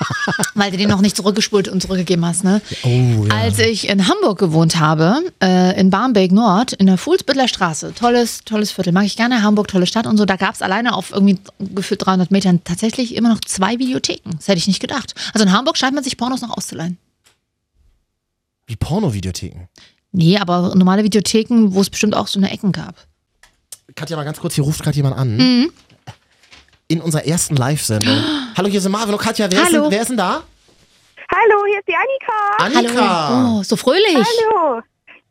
S2: Weil du den noch nicht zurückgespult und zurückgegeben hast, ne?
S1: Oh, ja.
S2: Als ich in Hamburg gewohnt habe, äh, in Barmbek Nord, in der Fuhlsbüttler Straße, tolles, tolles Viertel, mag ich gerne, Hamburg, tolle Stadt und so, da gab es alleine auf irgendwie gefühlt 300 Metern tatsächlich immer noch zwei Videotheken. Das hätte ich nicht gedacht. Also in Hamburg scheint man sich Pornos noch auszuleihen.
S1: Wie Porno-Videotheken.
S2: Nee, aber normale Videotheken, wo es bestimmt auch so eine Ecken gab.
S1: Katja, mal ganz kurz, hier ruft gerade jemand an.
S2: Mhm.
S1: In unserer ersten Live-Sendung. Hallo, hier sind Marvin und Katja. Wer, Ist,
S2: Hallo.
S1: denn, wer ist denn da?
S7: Hallo, hier ist die Annika.
S1: Annika.
S2: Hallo. Oh, so fröhlich.
S7: Hallo.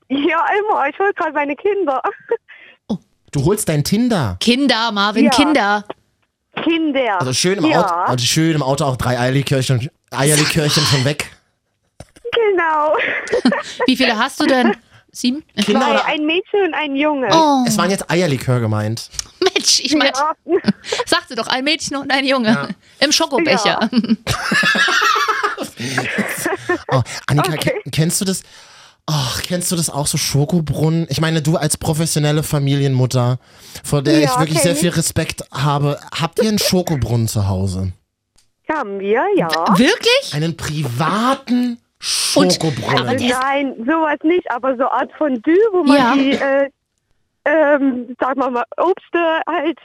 S7: Ja, immer. Ich hole gerade meine Kinder.
S1: Du holst dein Tinder.
S2: Kinder, Marvin,
S7: Ja.
S2: Kinder.
S7: Kinder.
S1: Also schön im
S7: ja,
S1: Auto, also schön im Auto auch drei Eierlikörchen, Eierlikörchen schon weg.
S7: Genau.
S2: Wie viele hast du denn? Sieben?
S1: Kinder oder?
S7: Ein Mädchen und ein Junge.
S2: Oh,
S1: Genau, Es waren jetzt Eierlikör gemeint.
S2: Mensch, ich meine,
S7: Ja.
S2: sagte doch, ein Mädchen und ein Junge. Im Schokobecher.
S1: Oh, Annika, ke- kennst du das? Ach, kennst du das auch so Schokobrunnen? Ich meine, du als professionelle Familienmutter, vor der
S7: Ja,
S1: ich wirklich sehr
S7: kenn
S1: viel Respekt habe, habt ihr einen Schokobrunnen zu Hause?
S7: Haben wir, ja.
S2: Wirklich?
S1: Einen privaten Schokobrunnen.
S2: aber-
S7: Nein, sowas nicht, aber so Art Fondue, wo man
S2: Ja.
S7: die, äh, ähm, sagen wir mal, Obste halt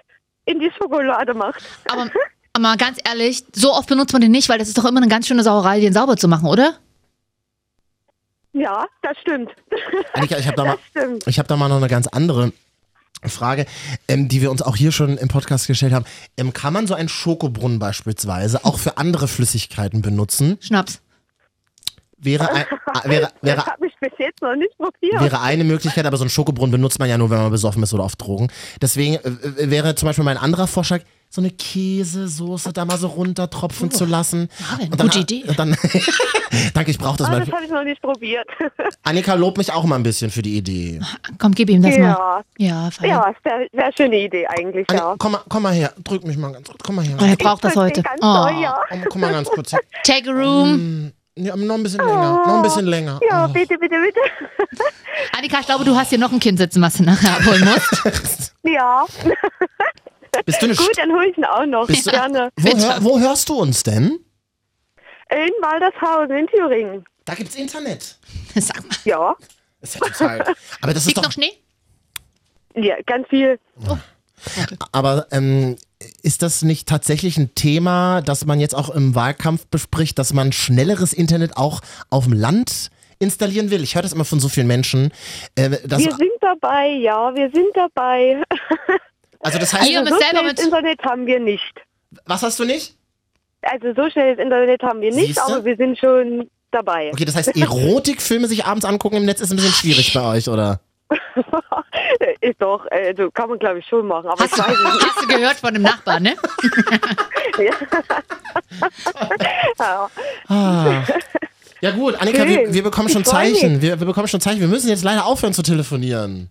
S7: in die Schokolade macht.
S2: Aber mal ganz ehrlich, so oft benutzt man den nicht, weil das ist doch immer eine ganz schöne Sauerei, den sauber zu machen, oder?
S7: Ja, das stimmt.
S1: Annika, ich habe da mal,
S7: stimmt.
S1: ich habe da mal noch eine ganz andere Frage, ähm, die wir uns auch hier schon im Podcast gestellt haben. Ähm, kann man so einen Schokobrunnen beispielsweise auch für andere Flüssigkeiten benutzen?
S2: Schnaps.
S1: Wäre, ein, äh, wäre, wäre,
S7: Das habe ich bis jetzt noch nicht probiert.
S1: wäre eine Möglichkeit, aber so einen Schokobrunnen benutzt man ja nur, wenn man besoffen ist oder auf Drogen. Deswegen äh, wäre zum Beispiel mein anderer Vorschlag, so eine Käsesoße da mal so runtertropfen zu lassen.
S2: Marvin,
S1: Und dann-
S2: gute Idee.
S1: und Dann, danke, ich brauche das
S7: Ah,
S1: mal.
S7: das habe ich noch nicht probiert.
S1: Annika lobt mich auch mal ein bisschen für die Idee.
S2: Komm, gib ihm das mal.
S7: ja.
S2: Ja, fein.
S7: Ja, ist wär- wär eine schöne Idee eigentlich,
S1: Anni-
S7: ja.
S1: komm, mal, komm mal her, drück mich mal ganz kurz. Komm mal her.
S2: Oh, er braucht das
S1: Ah.
S7: versteh
S2: heute.
S7: Ganz
S2: Oh.
S7: doll, ja. Mm.
S1: Komm, komm mal ganz kurz her.
S2: Take a room.
S1: Ja, noch ein bisschen länger. Noch ein bisschen länger.
S7: Oh. Ja,
S1: Oh.
S7: bitte, bitte, bitte.
S2: Annika, ich glaube, du hast hier noch ein Kind sitzen, was du nachher abholen musst.
S7: ja,
S1: Bist du eine
S7: gut,
S1: St
S7: dann hole ich ihn auch noch.
S1: Bist du-
S7: Gerne.
S1: wo, hör, wo hörst du uns denn?
S7: In Waldershausen in Thüringen.
S1: Da gibt's Internet.
S2: Sag mal.
S7: Ja,
S1: Das ist ja total. Aber das ist
S2: Liegt
S1: doch.
S2: noch Schnee?
S7: ja ganz viel.
S1: Aber ähm, ist das nicht tatsächlich ein Thema, das man jetzt auch im Wahlkampf bespricht, dass man schnelleres Internet auch auf dem Land installieren will? Ich höre das immer von so vielen Menschen. Äh, dass,
S7: Wir sind dabei, ja, wir sind dabei.
S1: also das heißt,
S2: Ihr müsst
S7: so
S2: selber
S7: schnelles
S2: mit-
S7: Internet haben wir nicht.
S1: was hast du nicht?
S7: Also so schnelles Internet haben wir nicht,
S1: Siehste?
S7: aber wir sind schon dabei.
S1: Okay, das heißt, Erotikfilme sich abends angucken im Netz ist ein bisschen schwierig bei euch, oder?
S7: Ist doch, also kann man glaube ich schon machen, aber
S2: Hast
S7: ich
S2: du,
S7: weiß nicht.
S2: hast du gehört von dem Nachbarn, ne?
S7: Ja.
S1: Ah. Ja gut, Annika, wir, wir bekommen schon
S7: Ich freu mich.
S1: Zeichen. Wir, wir bekommen schon Zeichen. Wir müssen jetzt leider aufhören zu telefonieren.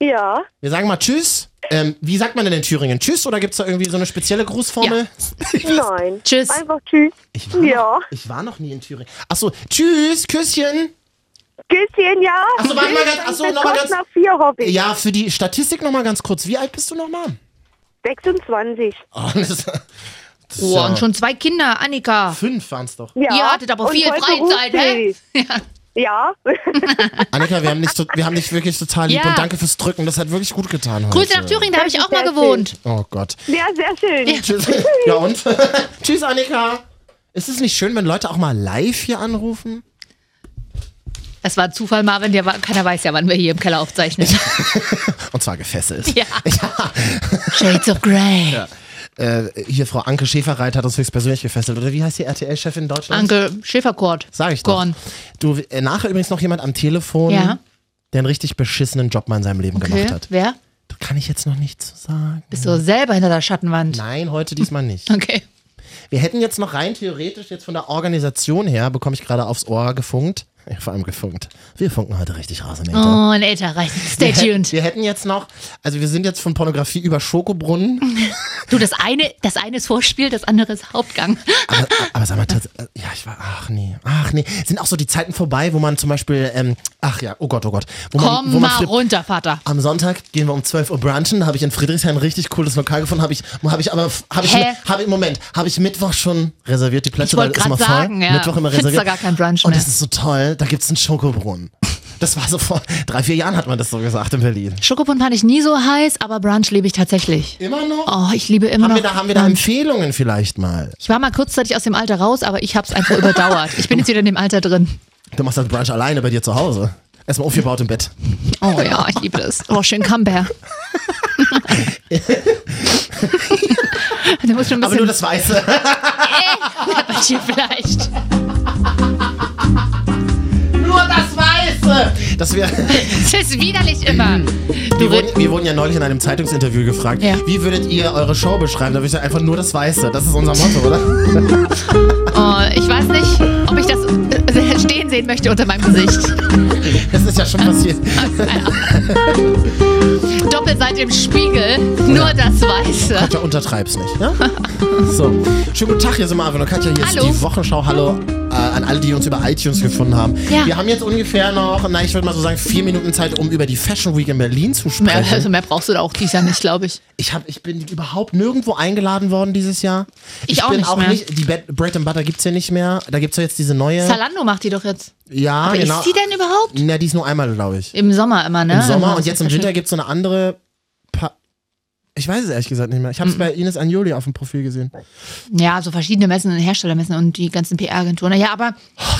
S7: ja,
S1: Wir sagen mal Tschüss. Ähm, wie sagt man denn in Thüringen? Tschüss oder gibt es da irgendwie so eine spezielle Grußformel?
S7: nein.
S2: Tschüss.
S7: Einfach tschüss.
S1: Ich war,
S7: Ja.
S1: noch, ich war noch nie in Thüringen. Achso, tschüss, Küsschen.
S7: Küsschen, ja.
S1: Ach so, warte mal ganz- ach so,
S7: Das
S1: noch mal
S7: kommt
S1: ganz-
S7: nach vier, hoffe ich.
S1: Ja, für die Statistik nochmal ganz kurz. Wie alt bist du nochmal?
S7: 26.
S1: Oh, das, ist- das ist
S2: Oh,
S1: ja-
S2: und schon zwei Kinder, Annika.
S1: Fünf waren es doch.
S7: Ja.
S2: Ihr hattet aber
S7: Und
S2: viel
S7: voll
S2: Freizeit, ne? hä?
S7: berufstätig. Ja.
S1: Annika, wir haben, nicht, to- wir haben dich wirklich total lieb
S2: Ja.
S1: und danke fürs Drücken. Das hat wirklich gut getan heute.
S2: Grüße nach Thüringen, da habe ich auch mal
S7: sehr
S2: gewohnt.
S1: Oh Gott.
S7: Ja, sehr schön.
S1: Tschüss. Ja und? Tschüss, Annika. Ist es nicht schön, wenn Leute auch mal live hier anrufen?
S2: Das war ein Zufall, Marvin. Der war, keiner weiß ja, wann wir hier im Keller aufzeichnen.
S1: Und zwar gefesselt.
S2: Ja.
S1: ja.
S2: Shades of Grey.
S1: Äh, hier, Frau Anke Schäferreit hat uns höchstpersönlich gefesselt. Oder wie heißt die RTL-Chefin in Deutschland?
S2: Anke Schäferkord.
S1: Sag ich doch.
S2: Korn.
S1: Du, äh, nachher übrigens noch jemand am Telefon,
S2: Ja.
S1: der einen richtig beschissenen Job mal in seinem Leben
S2: Okay.
S1: gemacht hat.
S2: Wer?
S1: Da kann ich jetzt noch nichts zu sagen.
S2: Bist du selber hinter der Schattenwand?
S1: Nein, heute diesmal nicht.
S2: Okay.
S1: Wir hätten jetzt noch rein theoretisch, jetzt von der Organisation her, bekomme ich gerade aufs Ohr gefunkt. Ja, vor allem gefunkt. Wir funken heute richtig raus im Äther.
S2: Oh, ein Äther reicht. Stay
S1: Wir hätten-
S2: tuned.
S1: Wir hätten jetzt noch, also wir sind jetzt von Pornografie über Schokobrunnen.
S2: Du, das eine, das eine ist Vorspiel, das andere ist Hauptgang.
S1: Aber, aber sag mal, tats- äh, ja, ich war, ach nee, ach nee. Sind auch so die Zeiten vorbei, wo man zum Beispiel, ähm, ach ja, oh Gott, oh Gott. Wo man,
S2: Komm
S1: wo man
S2: mal
S1: flippt.
S2: runter, Vater.
S1: Am Sonntag gehen wir um 12 Uhr brunchen. Da habe ich in Friedrichshain ein richtig cooles Lokal gefunden. Habe ich, habe ich aber, habe ich,
S2: Hä?
S1: habe im Moment, habe ich Mittwoch schon reserviert die Plätze,
S2: Ich
S1: weil
S2: wollte
S1: das ist immer
S2: gerade sagen,
S1: voll.
S2: ja.
S1: Mittwoch immer
S2: Findest
S1: reserviert.
S2: da gar keinen Brunch
S1: Und
S2: mehr.
S1: das ist so toll. Da gibt's einen Schokobrunnen. Das war so vor drei, vier Jahren hat man das so gesagt in Berlin.
S2: Schokobund fand ich nie so heiß, aber Brunch liebe ich tatsächlich.
S1: Immer noch?
S2: Oh, ich liebe immer
S1: haben,
S2: noch.
S1: wir da, haben wir da
S2: Brunch.
S1: Empfehlungen vielleicht mal?
S2: ich war mal kurzzeitig aus dem Alter raus, aber ich hab's einfach überdauert. Ich bin jetzt wieder in dem Alter drin.
S1: Du machst das Brunch alleine bei dir zu Hause. Erstmal aufgebaut im Bett.
S2: Oh ja, ich liebe das. Oh, schön Camembert. da muss schon ein
S1: Aber nur
S2: bisschen Äh,
S1: das Weiße.
S2: Pepperchen vielleicht.
S1: nur das Weiße! Dass wir.
S2: Das ist widerlich immer.
S1: Wir wurden, wir wurden ja neulich in einem Zeitungsinterview gefragt,
S2: Ja.
S1: wie würdet ihr eure Show beschreiben? Da würde ich sagen, einfach nur das Weiße. Das ist unser Motto, oder?
S2: Oh, ich weiß nicht, ob ich das äh, stehen sehen möchte unter meinem Gesicht.
S1: Das ist ja schon passiert.
S2: Doppelseite im Spiegel, nur das Weiße.
S1: Katja, untertreib's nicht. Ja? So. Schönen guten Tag, hier sind Marvin und Katja. Hier
S2: Hallo.
S1: ist die Wochenschau. Hallo äh, an alle, die uns über iTunes gefunden haben.
S2: Ja.
S1: Wir haben jetzt ungefähr noch, na, ich würde mal so sagen, vier Minuten Zeit, um über die Fashion Week in Berlin zu
S2: Mehr,
S1: sprechen.
S2: also mehr brauchst du da auch dies Jahr nicht, glaube ich.
S1: Ich, hab, ich bin überhaupt nirgendwo eingeladen worden dieses Jahr.
S2: Ich auch
S1: bin
S2: nicht mehr.
S1: Die Bad- Bread and Butter gibt's ja nicht mehr. Da gibt's ja jetzt diese neue.
S2: Zalando macht die doch jetzt.
S1: ja,
S2: Aber
S1: genau.
S2: ist die denn überhaupt?
S1: Na, die ist nur einmal, glaube ich.
S2: Im Sommer immer, ne?
S1: Im Sommer
S2: Also,
S1: und jetzt im
S2: das ist
S1: Winter gibt es so eine andere. Pa ich weiß es ehrlich gesagt nicht mehr. Ich
S2: Mm.
S1: habe es bei Ines Anjoli auf dem Profil gesehen.
S2: schön. Ja, so verschiedene Messen, Herstellermessen und die ganzen PR-Agenturen. Ja, aber ein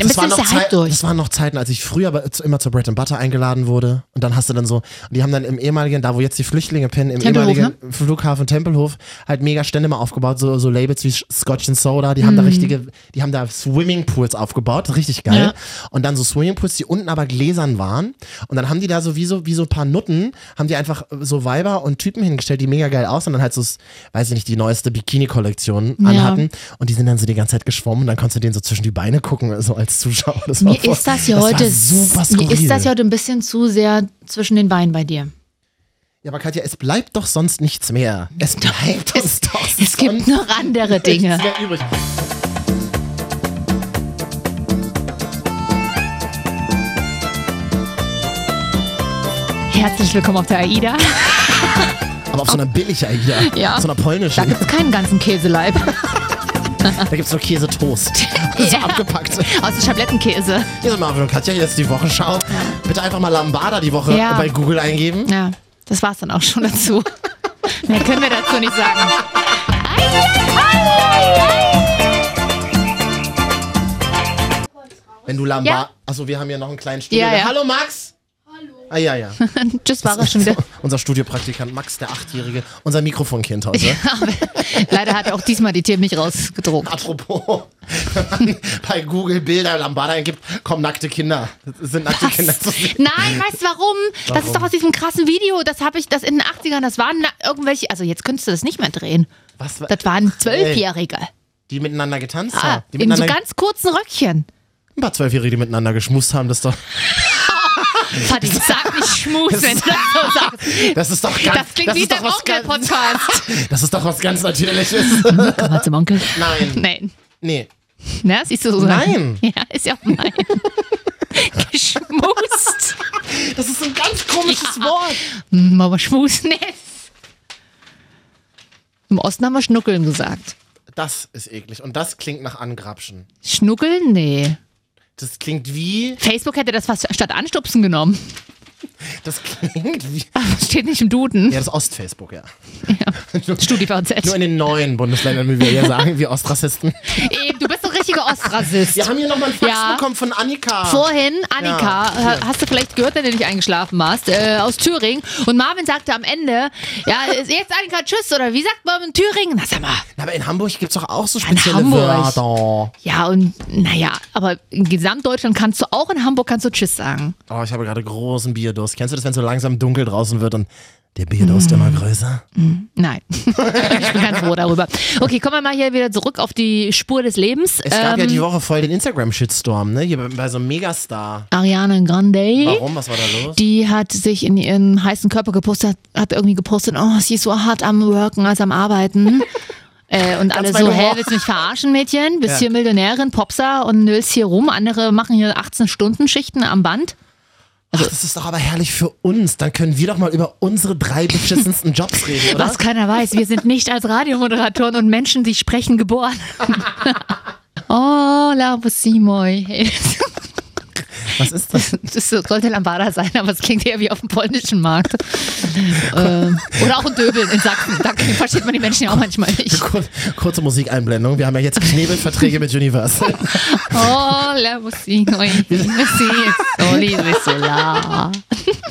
S2: bisschen ist der Hype
S1: Zeit-
S2: durch.
S1: das waren noch Zeiten, als ich früher aber zu- immer zur Bread and Butter eingeladen wurde. Und dann hast du dann so, und die haben dann im ehemaligen, da wo jetzt die Flüchtlinge pennen, im
S2: Tempelhof,
S1: ehemaligen Flughafen Tempelhof, halt mega Stände mal aufgebaut, so, so Labels wie Scotch and Soda, die haben
S2: Mhm.
S1: da richtige, die haben da Swimmingpools aufgebaut, richtig geil.
S2: Ja.
S1: Und dann so Swimmingpools, die unten aber gläsern waren. Und dann haben die da so wie so, wie so ein paar Nutten, haben die einfach so Weiber und Typen hingestellt, die mega geil aussehen und dann halt so, weiß ich nicht, die neueste Bikini-Kollektion
S2: Ja.
S1: anhatten. Und die sind dann so die ganze Zeit geschwommen und dann konntest du denen so zwischen die Beine gucken, so als Zuschauer. Das war
S2: Mir
S1: voll-
S2: ist das ja
S1: war
S2: heute
S1: super
S2: mir
S1: skurril.
S2: ist das ja heute ein bisschen zu sehr zwischen den Beinen bei dir.
S1: ja, aber Katja, es bleibt doch sonst nichts mehr. Es bleibt uns doch
S2: Es gibt
S1: sonst
S2: noch andere
S1: nichts
S2: Dinge.
S1: mehr übrig.
S2: Herzlich willkommen auf der AIDA.
S1: Aber auf so einer billig AIDA.
S2: Ja.
S1: Auf so einer polnischen.
S2: Da gibt es keinen ganzen Käseleib,
S1: Da gibt's nur Käsetoast. so
S2: Ja.
S1: abgepackt.
S2: außer Schablettenkäse.
S1: Hier sind Marvin und Katja, hier ist die Wochenschau. Bitte einfach mal Lambada die Woche
S2: Ja.
S1: bei Google eingeben.
S2: Ja, das war's dann auch schon dazu. Mehr können wir dazu nicht sagen.
S1: Wenn du Lambada.
S2: Ja.
S1: Achso, wir haben hier noch einen kleinen Studio.
S2: Ja, ja.
S1: Hallo Max! Hallo. Ah ja, ja.
S2: Tschüss, war er schon wieder.
S1: Unser Studiopraktikant Max, der Achtjährige, unser Mikrofonkind heute.
S2: Leider hat er auch diesmal die Tier nicht rausgedruckt.
S1: Apropos, wenn man bei Google Bilder Lambada eingibt, kommen nackte Kinder. Es sind nackte Kinder zu sehen.
S2: Nein, weißt du warum? Das ist doch aus diesem krassen Video. Das habe ich, das in den 80ern, das waren na- irgendwelche, also jetzt könntest du das nicht mehr drehen.
S1: Was war,
S2: Das waren Zwölfjährige.
S1: die miteinander getanzt
S2: Ah,
S1: haben. Die
S2: in so
S1: miteinander,
S2: ganz kurzen Röckchen.
S1: ein paar Zwölfjährige, die miteinander geschmust haben, das ist doch,
S2: Vati, sag nicht Schmus, wenn du das so sagst.
S1: das ist doch ganz,
S2: Das klingt wie
S1: ist
S2: der
S1: doch was ganz,
S2: Onkel-Podcast.
S1: das ist doch was ganz Natürliches.
S2: Komm mal zum Onkel.
S1: Nein,
S2: Nein.
S1: nee.
S2: Na, siehst du so?
S1: Nein.
S2: Ja, ist ja auch nein. Geschmust.
S1: Das ist ein ganz komisches Wort.
S2: Hm, Aber schmusen ist. Im Osten haben wir Schnuckeln gesagt.
S1: Das ist eklig und das klingt nach Angrapschen.
S2: Schnuckeln? Nee.
S1: Das klingt wie,
S2: Facebook hätte das fast statt Anstupsen genommen.
S1: das klingt wie,
S2: Das steht nicht im Duden.
S1: ja, das Ost-Facebook, ja. Nur
S2: StudiVZ.
S1: in den neuen Bundesländern, wie wir hier sagen, wir Ostrassisten.
S2: Eben, du bist ein richtiger Ostrassist.
S1: Wir haben hier nochmal einen Fax
S2: Ja.
S1: bekommen von Annika.
S2: Vorhin, Annika,
S1: Ja.
S2: äh, hast du vielleicht gehört, wenn du nicht eingeschlafen warst, äh, aus Thüringen. Und Marvin sagte am Ende, ja, ist jetzt Annika, tschüss, oder wie sagt man in Thüringen? Na, sag mal.
S1: Na, aber in Hamburg gibt es doch auch so
S2: in
S1: spezielle
S2: Hamburg.
S1: Wörter.
S2: Ja, und naja, aber in Gesamtdeutschland kannst du auch in Hamburg kannst du Tschüss sagen.
S1: Oh, ich habe gerade großen Bierdurst. Kennst du das, wenn es so langsam dunkel draußen wird und der
S2: Mm.
S1: Bierdurst immer größer?
S2: Nein. ich bin ganz froh darüber. Okay, kommen wir mal hier wieder zurück auf die Spur des Lebens.
S1: Es gab ja
S2: Ähm.
S1: die Woche voll den Instagram-Shitstorm, ne? Hier bei, bei so einem Megastar.
S2: Ariana Äh, Grande.
S1: Warum? Was war da los?
S2: Die hat sich in ihren heißen Körper gepostet, hat irgendwie gepostet, oh, sie ist so hart am Worken als am Arbeiten. Äh, und alle
S1: mein
S2: so,
S1: Humor.
S2: hä, willst du mich verarschen, Mädchen? Bist
S1: Ja.
S2: hier Millionärin, Popstar und nüllst hier rum. Andere machen hier 18-Stunden-Schichten am Band.
S1: Ach,
S2: Also
S1: das ist doch aber herrlich für uns. Dann können wir doch mal über unsere drei beschissensten Jobs reden, oder?
S2: Was keiner weiß, wir sind nicht als Radiomoderatoren und Menschen, die sprechen, geboren. oh, labus Simoy.
S1: Was ist das?
S2: Das sollte Lambada sein, aber es klingt eher wie auf dem polnischen Markt. ähm, oder auch in Döbeln in Sachsen. Da versteht man die Menschen ja auch manchmal nicht.
S1: Kur kurze Musikeinblendung. Wir haben ja jetzt Knebelverträge mit Universal.
S2: Oh, labus Simoy.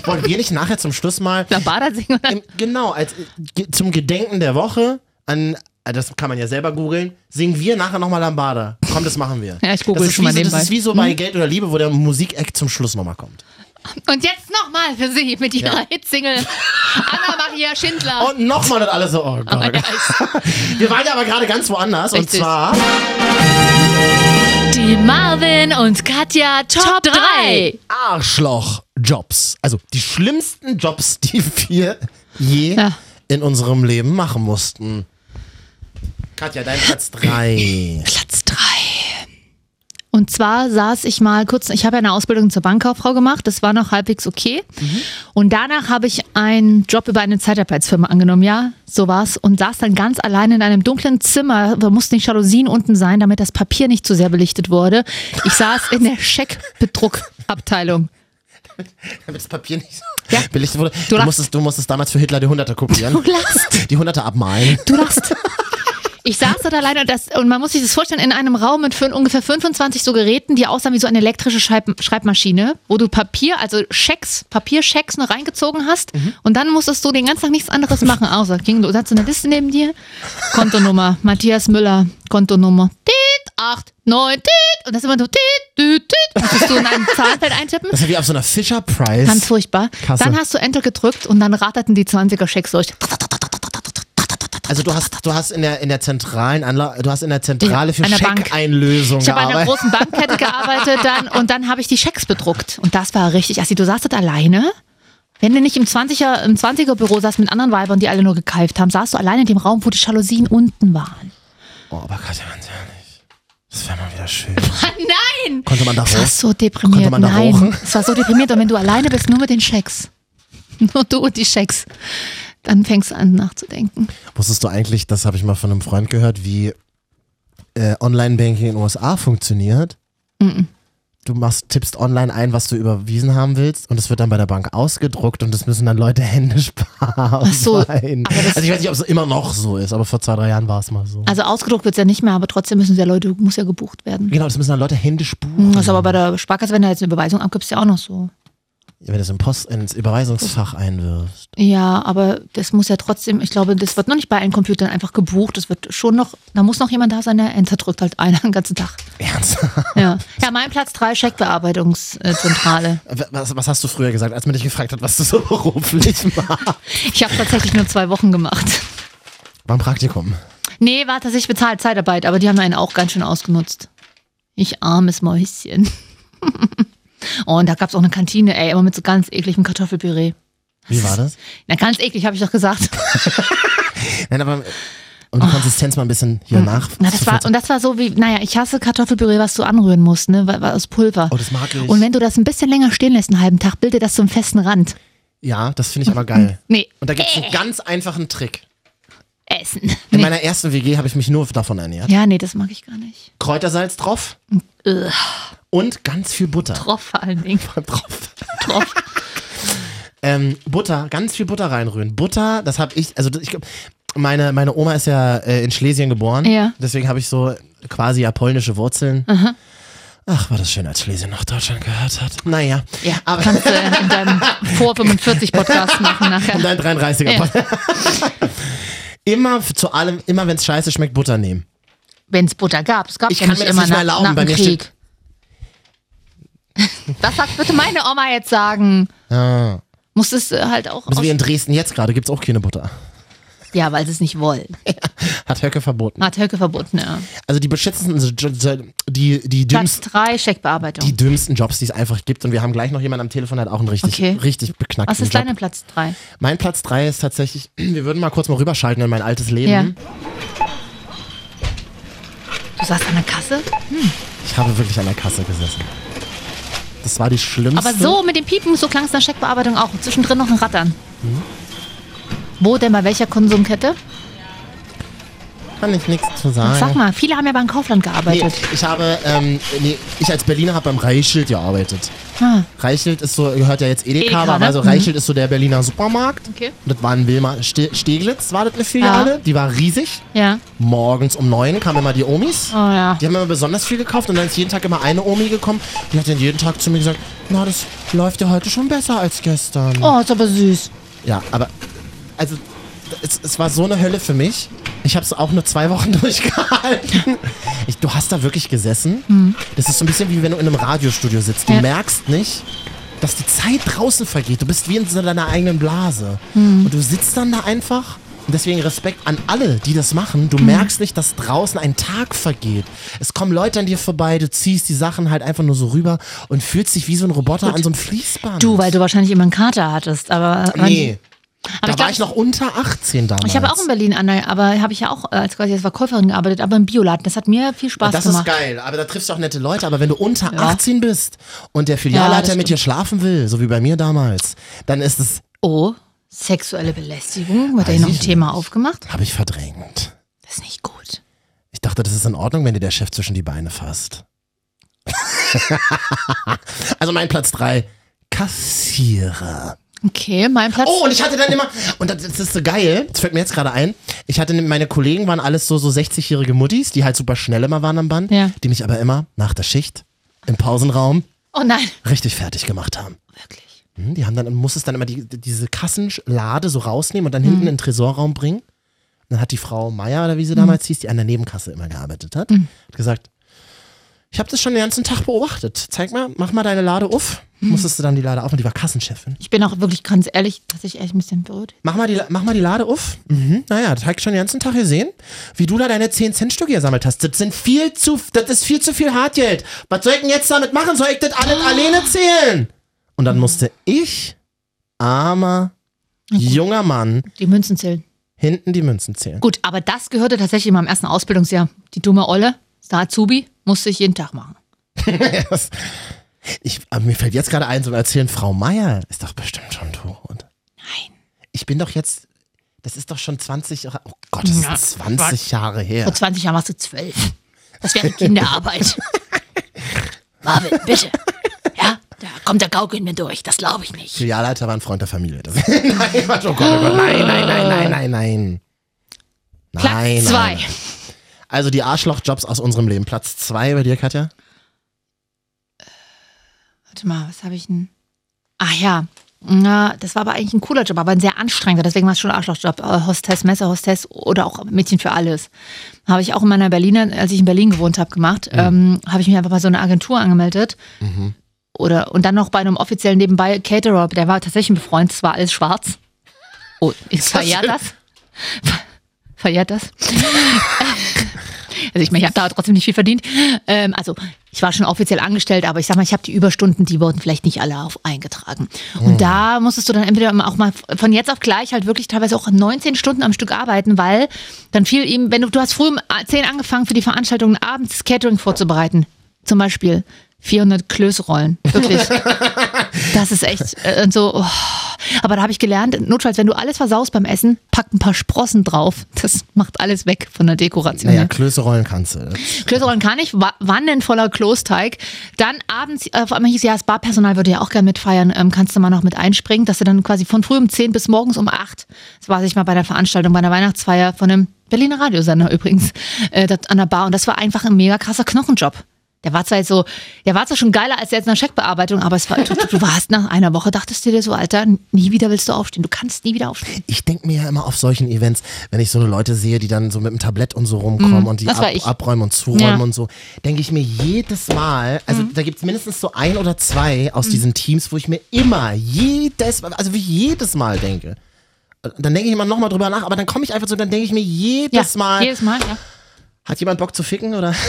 S1: Wollen wir nicht nachher zum Schluss mal
S2: Lambada singen und dann
S1: Im, genau, als, ge- zum Gedenken der Woche an, äh, das kann man ja selber googeln, singen wir nachher nochmal Lambada. Komm, das machen wir.
S2: Ja, ich google
S1: das ist
S2: schon
S1: wie
S2: mal
S1: so, Das
S2: nebenbei. Hm?
S1: ist wie so bei Geld oder Liebe, wo der Musikeck zum Schluss nochmal kommt.
S2: Und jetzt nochmal für Sie mit ihrer Hitsingle Anna-Maria Schindler.
S1: Und nochmal das alles so, oh Gott. wir waren ja aber gerade ganz woanders und
S2: Richtig.
S1: zwar
S2: die Marvin und Katja Top 3.
S1: Arschloch-Jobs. Also die schlimmsten Jobs, die wir je
S2: Ja.
S1: in unserem Leben machen mussten. Katja, dein Platz 3.
S2: Platz 3. Und zwar saß ich mal kurz, ich habe ja eine Ausbildung zur Bankkauffrau gemacht, das war noch halbwegs okay. Und danach habe ich einen Job über eine Zeitarbeitsfirma angenommen, ja, so war's. Und saß dann ganz allein in einem dunklen Zimmer, da mussten die Jalousien unten sein, damit das Papier nicht zu sehr belichtet wurde. Ich saß in der Scheckbedruckabteilung.
S1: Damit das Papier nicht ja. belichtet wurde. Du,
S2: lachst.
S1: musstest, du musstest damals für Hitler die Hunderter kopieren.
S2: Du lachst.
S1: Die Hunderter abmalen.
S2: Du lachst. Ich saß dort alleine und, das, und man muss sich das vorstellen, in einem Raum mit fün- ungefähr 25 so Geräten, die aussahen wie so eine elektrische Schreib Schreibmaschine, wo du Papier, also Schecks, Papierschecks noch reingezogen hast und dann musstest du den ganzen Tag nichts anderes machen, außer ging, du hast eine Liste neben dir, Kontonummer, Matthias Müller, Kontonummer, tit, 8, 9, tit und das immer so tit, tit, tit, musstest du in einem Zahlenfeld eintippen.
S1: Das ist ja wie auf so einer Fisher
S2: Ganz
S1: Price.
S2: furchtbar.
S1: Kasse.
S2: Dann hast du Enter gedrückt und dann ratterten die 20er-Schecks durch.
S1: Also du hast, du hast in der, in der zentralen Anla du hast in der Zentrale
S2: Ja,
S1: für
S2: an der Bank.
S1: Scheckeinlösung
S2: Ich habe an einer
S1: gearbeitet.
S2: großen Bankkette gearbeitet dann und dann habe ich die Schecks bedruckt. Und das war richtig assi. Du saßt das alleine. Wenn du nicht im 20er, im 20er Büro saßt mit anderen Weibern, die alle nur gekeift haben, saßt du alleine in dem Raum, wo die Jalousien unten waren.
S1: Oh, aber Katja, ganz ehrlich. Das wäre mal wieder schön.
S2: Nein!
S1: Konnte man da
S2: Das war
S1: raus?
S2: so deprimiert.
S1: Konnte man da
S2: Nein.
S1: rauchen?
S2: Es war so deprimiert. Und wenn du alleine bist, nur mit den Schecks. Nur du und die Schecks. Dann fängst du an nachzudenken.
S1: Wusstest du eigentlich, das habe ich mal von einem Freund gehört, wie äh, Online-Banking in den USA funktioniert? Du machst, tippst online ein, was du überwiesen haben willst und es wird dann bei der Bank ausgedruckt und es müssen dann Leute händisch sparen.
S2: Ach so, aber das-
S1: also ich weiß nicht, ob es immer noch so ist, aber vor zwei, drei Jahren war es mal so.
S2: Also ausgedruckt wird es ja nicht mehr, aber trotzdem müssen ja Leute, muss ja gebucht werden.
S1: Genau, das müssen dann Leute händisch buchen.
S2: Das ist aber bei der Sparkasse, wenn du jetzt eine Überweisung abgibst, ja auch noch so.
S1: Wenn du es im Post ins Überweisungsfach einwirfst.
S2: Ja, aber das muss ja trotzdem, ich glaube, das wird noch nicht bei allen Computern einfach gebucht. Das wird schon noch, da muss noch jemand da sein, der Enter drückt halt einer den ganzen Tag.
S1: Ernsthaft?
S2: Ja, ja mein Platz 3, Scheckbearbeitungszentrale.
S1: Was, was hast du früher gesagt, als man dich gefragt hat, was du so beruflich machst?
S2: Ich habe tatsächlich nur zwei Wochen gemacht.
S1: Beim Praktikum.
S2: Nee, war tatsächlich bezahlt Zeitarbeit, aber die haben einen auch ganz schön ausgenutzt. Ich armes Mäuschen. Oh, und da gab's auch eine Kantine, ey, immer mit so ganz ekligem Kartoffelpüree.
S1: Wie war das?
S2: Na, ganz eklig, habe ich doch gesagt.
S1: Nein, aber um die Konsistenz mal ein bisschen hier nach.
S2: Oh. Mhm. Na, das
S1: zu
S2: war,
S1: filtern.
S2: und das war so wie, naja, ich hasse Kartoffelpüree, was du anrühren musst, ne, weil, weil aus Pulver.
S1: Oh, das mag ich.
S2: Und wenn du das ein bisschen länger stehen lässt, einen halben Tag, bildet das so einen festen Rand.
S1: ja, das finde ich aber geil.
S2: Nee,
S1: Und da gibt es einen ganz einfachen Trick.
S2: essen.
S1: In
S2: Nee.
S1: meiner ersten WG habe ich mich nur davon ernährt.
S2: Ja, nee, das mag ich gar nicht.
S1: Kräutersalz drauf
S2: Ugh,
S1: und ganz viel Butter.
S2: Tropf vor allen Dingen.
S1: drauf.
S2: Tropf.
S1: Ähm, Butter, ganz viel Butter reinrühren. Butter, das habe ich, also ich glaub, meine, meine Oma ist ja äh, in Schlesien geboren.
S2: Ja.
S1: Deswegen habe ich so quasi ja polnische Wurzeln. Ach, war das schön, als Schlesien nach Deutschland gehört hat. Naja.
S2: Ja,
S1: Aber-
S2: kannst du in deinem Vor 45 Podcast machen nachher.
S1: Und dein 33er. immer f- zu allem, immer wenn es scheiße schmeckt, Butter nehmen.
S2: Wenn es Butter gab, es gab
S1: Ich
S2: ja
S1: kann
S2: nicht
S1: mir das
S2: immer
S1: nicht mehr
S2: nach,
S1: erlauben,
S2: nach
S1: bei
S2: dem
S1: mir
S2: Krieg. Das sagt bitte meine Oma jetzt sagen.
S1: Ja.
S2: Muss es äh, halt auch
S1: Also
S2: aus
S1: wie in Dresden jetzt gerade gibt es auch keine Butter.
S2: Ja, weil sie es nicht wollen.
S1: Hat Höcke verboten.
S2: Hat Höcke verboten, ja.
S1: Also die beschützendsten, die, die,
S2: Platz
S1: dümmsten,
S2: 3, Scheckbearbeitung.
S1: die dümmsten Jobs, die es einfach gibt. Und wir haben gleich noch jemanden am Telefon, der hat auch einen richtig,
S2: Okay.
S1: richtig beknackten
S2: Was ist
S1: Job.
S2: deine Platz 3?
S1: Mein Platz 3 ist tatsächlich, wir würden mal kurz mal rüberschalten in mein altes Leben.
S2: Ja. Du saßt an der Kasse?
S1: Ich habe wirklich an der Kasse gesessen. Das war die schlimmste.
S2: Aber so mit dem Piepen, so klang es in der Scheckbearbeitung auch. Zwischendrin noch ein Rattern.
S1: Mhm.
S2: Wo denn bei welcher Konsumkette?
S1: Kann ich nichts zu sagen.
S2: Sag mal, viele haben ja beim Kaufland
S1: Nee,
S2: gearbeitet.
S1: ich habe, ähm, nee, ich als Berliner habe beim Reichelt gearbeitet.
S2: Ah,
S1: Reichelt ist so, gehört ja jetzt Edeka,
S2: Edeka,
S1: aber
S2: ne?
S1: also
S2: Mhm.
S1: Reichelt ist so der Berliner Supermarkt.
S2: Okay.
S1: Und das war in Wilma Ste Steglitz, war das eine Filiale. Die war riesig.
S2: ja.
S1: Morgens um neun kamen immer die Omis.
S2: Oh ja.
S1: Die haben immer besonders viel gekauft und dann ist jeden Tag immer eine Omi gekommen. Die hat dann jeden Tag zu mir gesagt, na, das läuft ja heute schon besser als gestern.
S2: Oh, ist aber süß.
S1: Ja, aber also es, es war so eine Hölle für mich. Ich habe es auch nur zwei Wochen durchgehalten. Ich, du hast da wirklich gesessen. Das ist so ein bisschen wie wenn du in einem Radiostudio sitzt. Du
S2: Mhm. Ja.
S1: merkst nicht, dass die Zeit draußen vergeht. Du bist wie in so deiner eigenen Blase.
S2: Mhm.
S1: Und du sitzt dann da einfach. Und deswegen Respekt an alle, die das machen.
S2: Mhm.
S1: Du merkst nicht, dass draußen ein Tag vergeht. Es kommen Leute an dir vorbei, du ziehst die Sachen halt einfach nur so rüber und fühlst dich wie so ein Roboter an so einem Fließband.
S2: Du, weil du wahrscheinlich immer einen Kater hattest, aber.
S1: Nee.
S2: aber
S1: Da
S2: glaub,
S1: war ich noch unter 18 damals.
S2: Ich habe auch in Berlin an, der- aber habe ich ja auch äh, als quasi als Verkäuferin gearbeitet, aber im Bioladen. Das hat mir viel Spaß
S1: Das ist
S2: gemacht.
S1: geil, aber da triffst du auch nette Leute. Aber wenn du unter 18 bist und der
S2: Ja,
S1: Filialleiter
S2: das
S1: mit dir schlafen will, so wie bei mir damals, dann ist es,
S2: Oh, sexuelle Belästigung, wird
S1: Weiß
S2: ja hier noch ein
S1: ich
S2: Thema
S1: nicht.
S2: aufgemacht.
S1: habe ich verdrängt.
S2: Das ist nicht gut.
S1: Ich dachte, das ist in Ordnung, wenn dir der Chef zwischen die Beine fasst. also mein Platz 3, Kassierer.
S2: Okay, mein Platz.
S1: Oh, und ich hatte dann immer, und das, das ist so geil, das fällt mir jetzt gerade ein, ich hatte, meine Kollegen waren alles so, so 60-jährige Muttis, die halt super schnell immer waren am Band,
S2: Ja.
S1: die mich aber immer nach der Schicht im Pausenraum
S2: oh nein,
S1: richtig fertig gemacht haben.
S2: wirklich.
S1: Hm, Die haben dann, muss es dann immer die, diese Kassenlade so rausnehmen und dann hinten in den Tresorraum bringen. Und dann hat die Frau Meier oder wie sie damals hieß, die an der Nebenkasse immer gearbeitet hat, hat gesagt, ich habe das schon den ganzen Tag beobachtet. Zeig mal, mach mal deine Lade auf. Musstest du dann die Lade aufmachen, die war Kassenchefin.
S2: Ich bin auch wirklich ganz ehrlich, dass ich echt ein bisschen berührt.
S1: Mach mal die, mach mal die Lade auf. Mhm. Naja, das habe ich schon den ganzen Tag gesehen, wie du da deine 10-Cent-Stücke gesammelt hast. Das sind viel zu, das ist viel zu viel Hartgeld. Was soll ich denn jetzt damit machen? Soll ich das alles alleine zählen? Und dann musste ich, armer, junger Mann,
S2: Die Münzen zählen.
S1: hinten die Münzen zählen.
S2: Gut, aber das gehörte tatsächlich in meinem ersten Ausbildungsjahr. Die dumme Olle, der Azubi, musste ich jeden Tag machen.
S1: Ich, aber mir fällt jetzt gerade ein, so ein Erzählen, Frau Meier ist doch bestimmt schon tot. bin doch jetzt, das ist doch schon 20 Jahre, oh Gott, das
S2: Ja,
S1: ist 20 Jahre her.
S2: Vor 20 Jahren warst du zwölf. Das wäre Kinderarbeit. Marvin, bitte. Ja, da kommt der Gaukel in mir durch. Das glaube ich nicht.
S1: Filialleiter war ein Freund der Familie. Das, nein, warte, oh Gott, oh Gott, nein, nein, nein, nein, nein, nein.
S2: Platz
S1: Nein,
S2: zwei.
S1: nein. Also die Arschlochjobs aus unserem Leben. Platz zwei bei dir, Katja?
S2: Warte mal, was habe ich denn? Ach ja. Na, das war aber eigentlich ein cooler Job, aber ein sehr anstrengender. Deswegen war es schon ein Arschlochjob. Äh, Hostess, Messerhostess oder auch Mädchen für alles. Habe ich auch in meiner Berliner, als ich in Berlin gewohnt habe, gemacht. Ähm, habe ich mich einfach bei so einer Agentur angemeldet. Oder, und dann noch bei einem offiziellen nebenbei Caterer, der war tatsächlich ein befreundet, es war alles schwarz. Oh, ich verjährt das? Verjährt das? Also ich meine, ich habe da trotzdem nicht viel verdient. Ähm, also ich war schon offiziell angestellt, aber ich sag mal, ich habe die Überstunden, die wurden vielleicht nicht alle auf eingetragen. Und da musstest du dann entweder auch mal von jetzt auf gleich halt wirklich teilweise auch 19 Stunden am Stück arbeiten, weil dann fiel ihm, wenn du, du hast früh um 10 angefangen für die Veranstaltungen abends das Catering vorzubereiten. Zum Beispiel 400 Klößrollen. Wirklich. das ist echt äh, und so. Oh. Aber da habe ich gelernt, notfalls, wenn du alles versaust beim Essen, pack ein paar Sprossen drauf. Das macht alles weg von der Dekoration.
S1: Naja,
S2: her.
S1: Klöße rollen kannst du.
S2: Klößerrollen kann ich, wa- Wannen voller Klosteig. Dann abends, äh, auf einmal hieß ja, das Barpersonal würde ja auch gerne mitfeiern, ähm, kannst du mal noch mit einspringen, dass du dann quasi von früh um 10 bis morgens um 8, das war ich mal bei der Veranstaltung, bei einer Weihnachtsfeier von einem Berliner Radiosender übrigens, äh, dort an der Bar. Und das war einfach ein mega krasser Knochenjob. Der war zwar jetzt so, der war zwar schon geiler als der jetzt in der Scheckbearbeitung, aber es war, du, du, du warst nach einer Woche, dachtest du dir so, Alter, nie wieder willst du aufstehen. Du kannst nie wieder aufstehen.
S1: Ich denke mir ja immer auf solchen Events, wenn ich so eine Leute sehe, die dann so mit dem Tablett und so rumkommen und die
S2: Mhm. das war
S1: ab,
S2: ich.
S1: abräumen und zuräumen
S2: Ja. Mhm.
S1: und so, denke ich mir jedes Mal, also da gibt es mindestens so ein oder zwei aus diesen Teams, wo ich mir immer jedes Mal, also wie jedes Mal denke. Dann denke ich immer nochmal drüber nach, aber dann komme ich einfach so, dann denke ich mir jedes Mal,
S2: Jedes Mal, ja.
S1: hat jemand Bock zu ficken oder?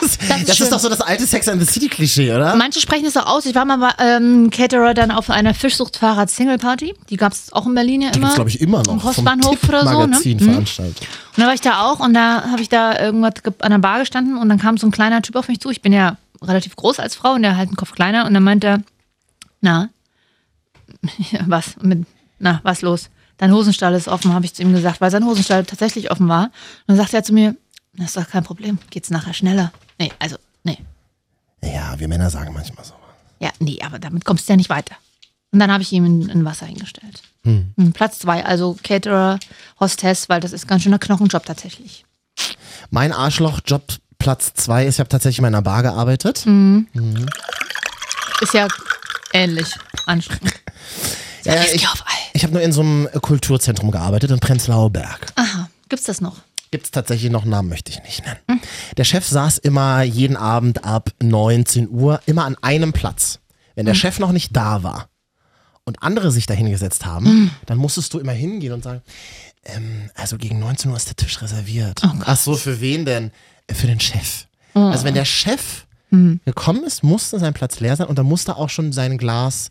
S2: Das ist
S1: Das
S2: schön.
S1: ist doch so das alte Sex and the City Klischee, oder?
S2: Manche sprechen es auch aus. Ich war mal bei, ähm, Caterer dann auf einer Fischsucht-Fahrrad-Single-Party. Die gab es auch in Berlin ja immer.
S1: glaub immer
S2: Im Postbahnhof oder so, ne?
S1: Magazin
S2: Mhm.
S1: veranstaltet.
S2: Und da war ich da auch und da habe ich da irgendwas ge- an der Bar gestanden und dann kam so ein kleiner Typ auf mich zu. Ich bin ja relativ groß als Frau und der halt einen Kopf kleiner und dann meint er, na, ja, was mit, na, was los? Dein Hosenstall ist offen, habe ich zu ihm gesagt, weil sein Hosenstall tatsächlich offen war. Und dann sagte er zu mir, das ist doch kein Problem, geht's nachher schneller. Nee, also, nee.
S1: Ja, wir Männer sagen manchmal so.
S2: Ja, nee, aber damit kommst du ja nicht weiter. Und dann habe ich ihm ein, ein Wasser hingestellt. Hm, Platz zwei, also Caterer, Hostess, weil das ist ganz schöner Knochenjob tatsächlich.
S1: Mein Arschlochjob Platz zwei ist, ich habe tatsächlich mal in einer Bar gearbeitet.
S2: Hm. Ist ja ähnlich anstrengend.
S1: Ja,
S2: ich
S1: Äh, ich
S2: geh auf all.
S1: ich habe nur in so einem Kulturzentrum gearbeitet in Prenzlauer Berg.
S2: Aha, gibt's das noch?
S1: Gibt's tatsächlich noch einen Namen, möchte ich nicht nennen.
S2: Hm.
S1: Der Chef saß immer jeden Abend ab 19 Uhr immer an einem Platz. Wenn der
S2: Hm.
S1: Chef noch nicht da war und andere sich dahingesetzt haben,
S2: Hm.
S1: dann musstest du immer hingehen und sagen, ähm, also gegen 19 Uhr ist der Tisch reserviert.
S2: Oh
S1: Ach so, für wen denn? Äh, Für den Chef. Also wenn der Chef
S2: Hm.
S1: gekommen ist, musste sein Platz leer sein und dann musste auch schon sein Glas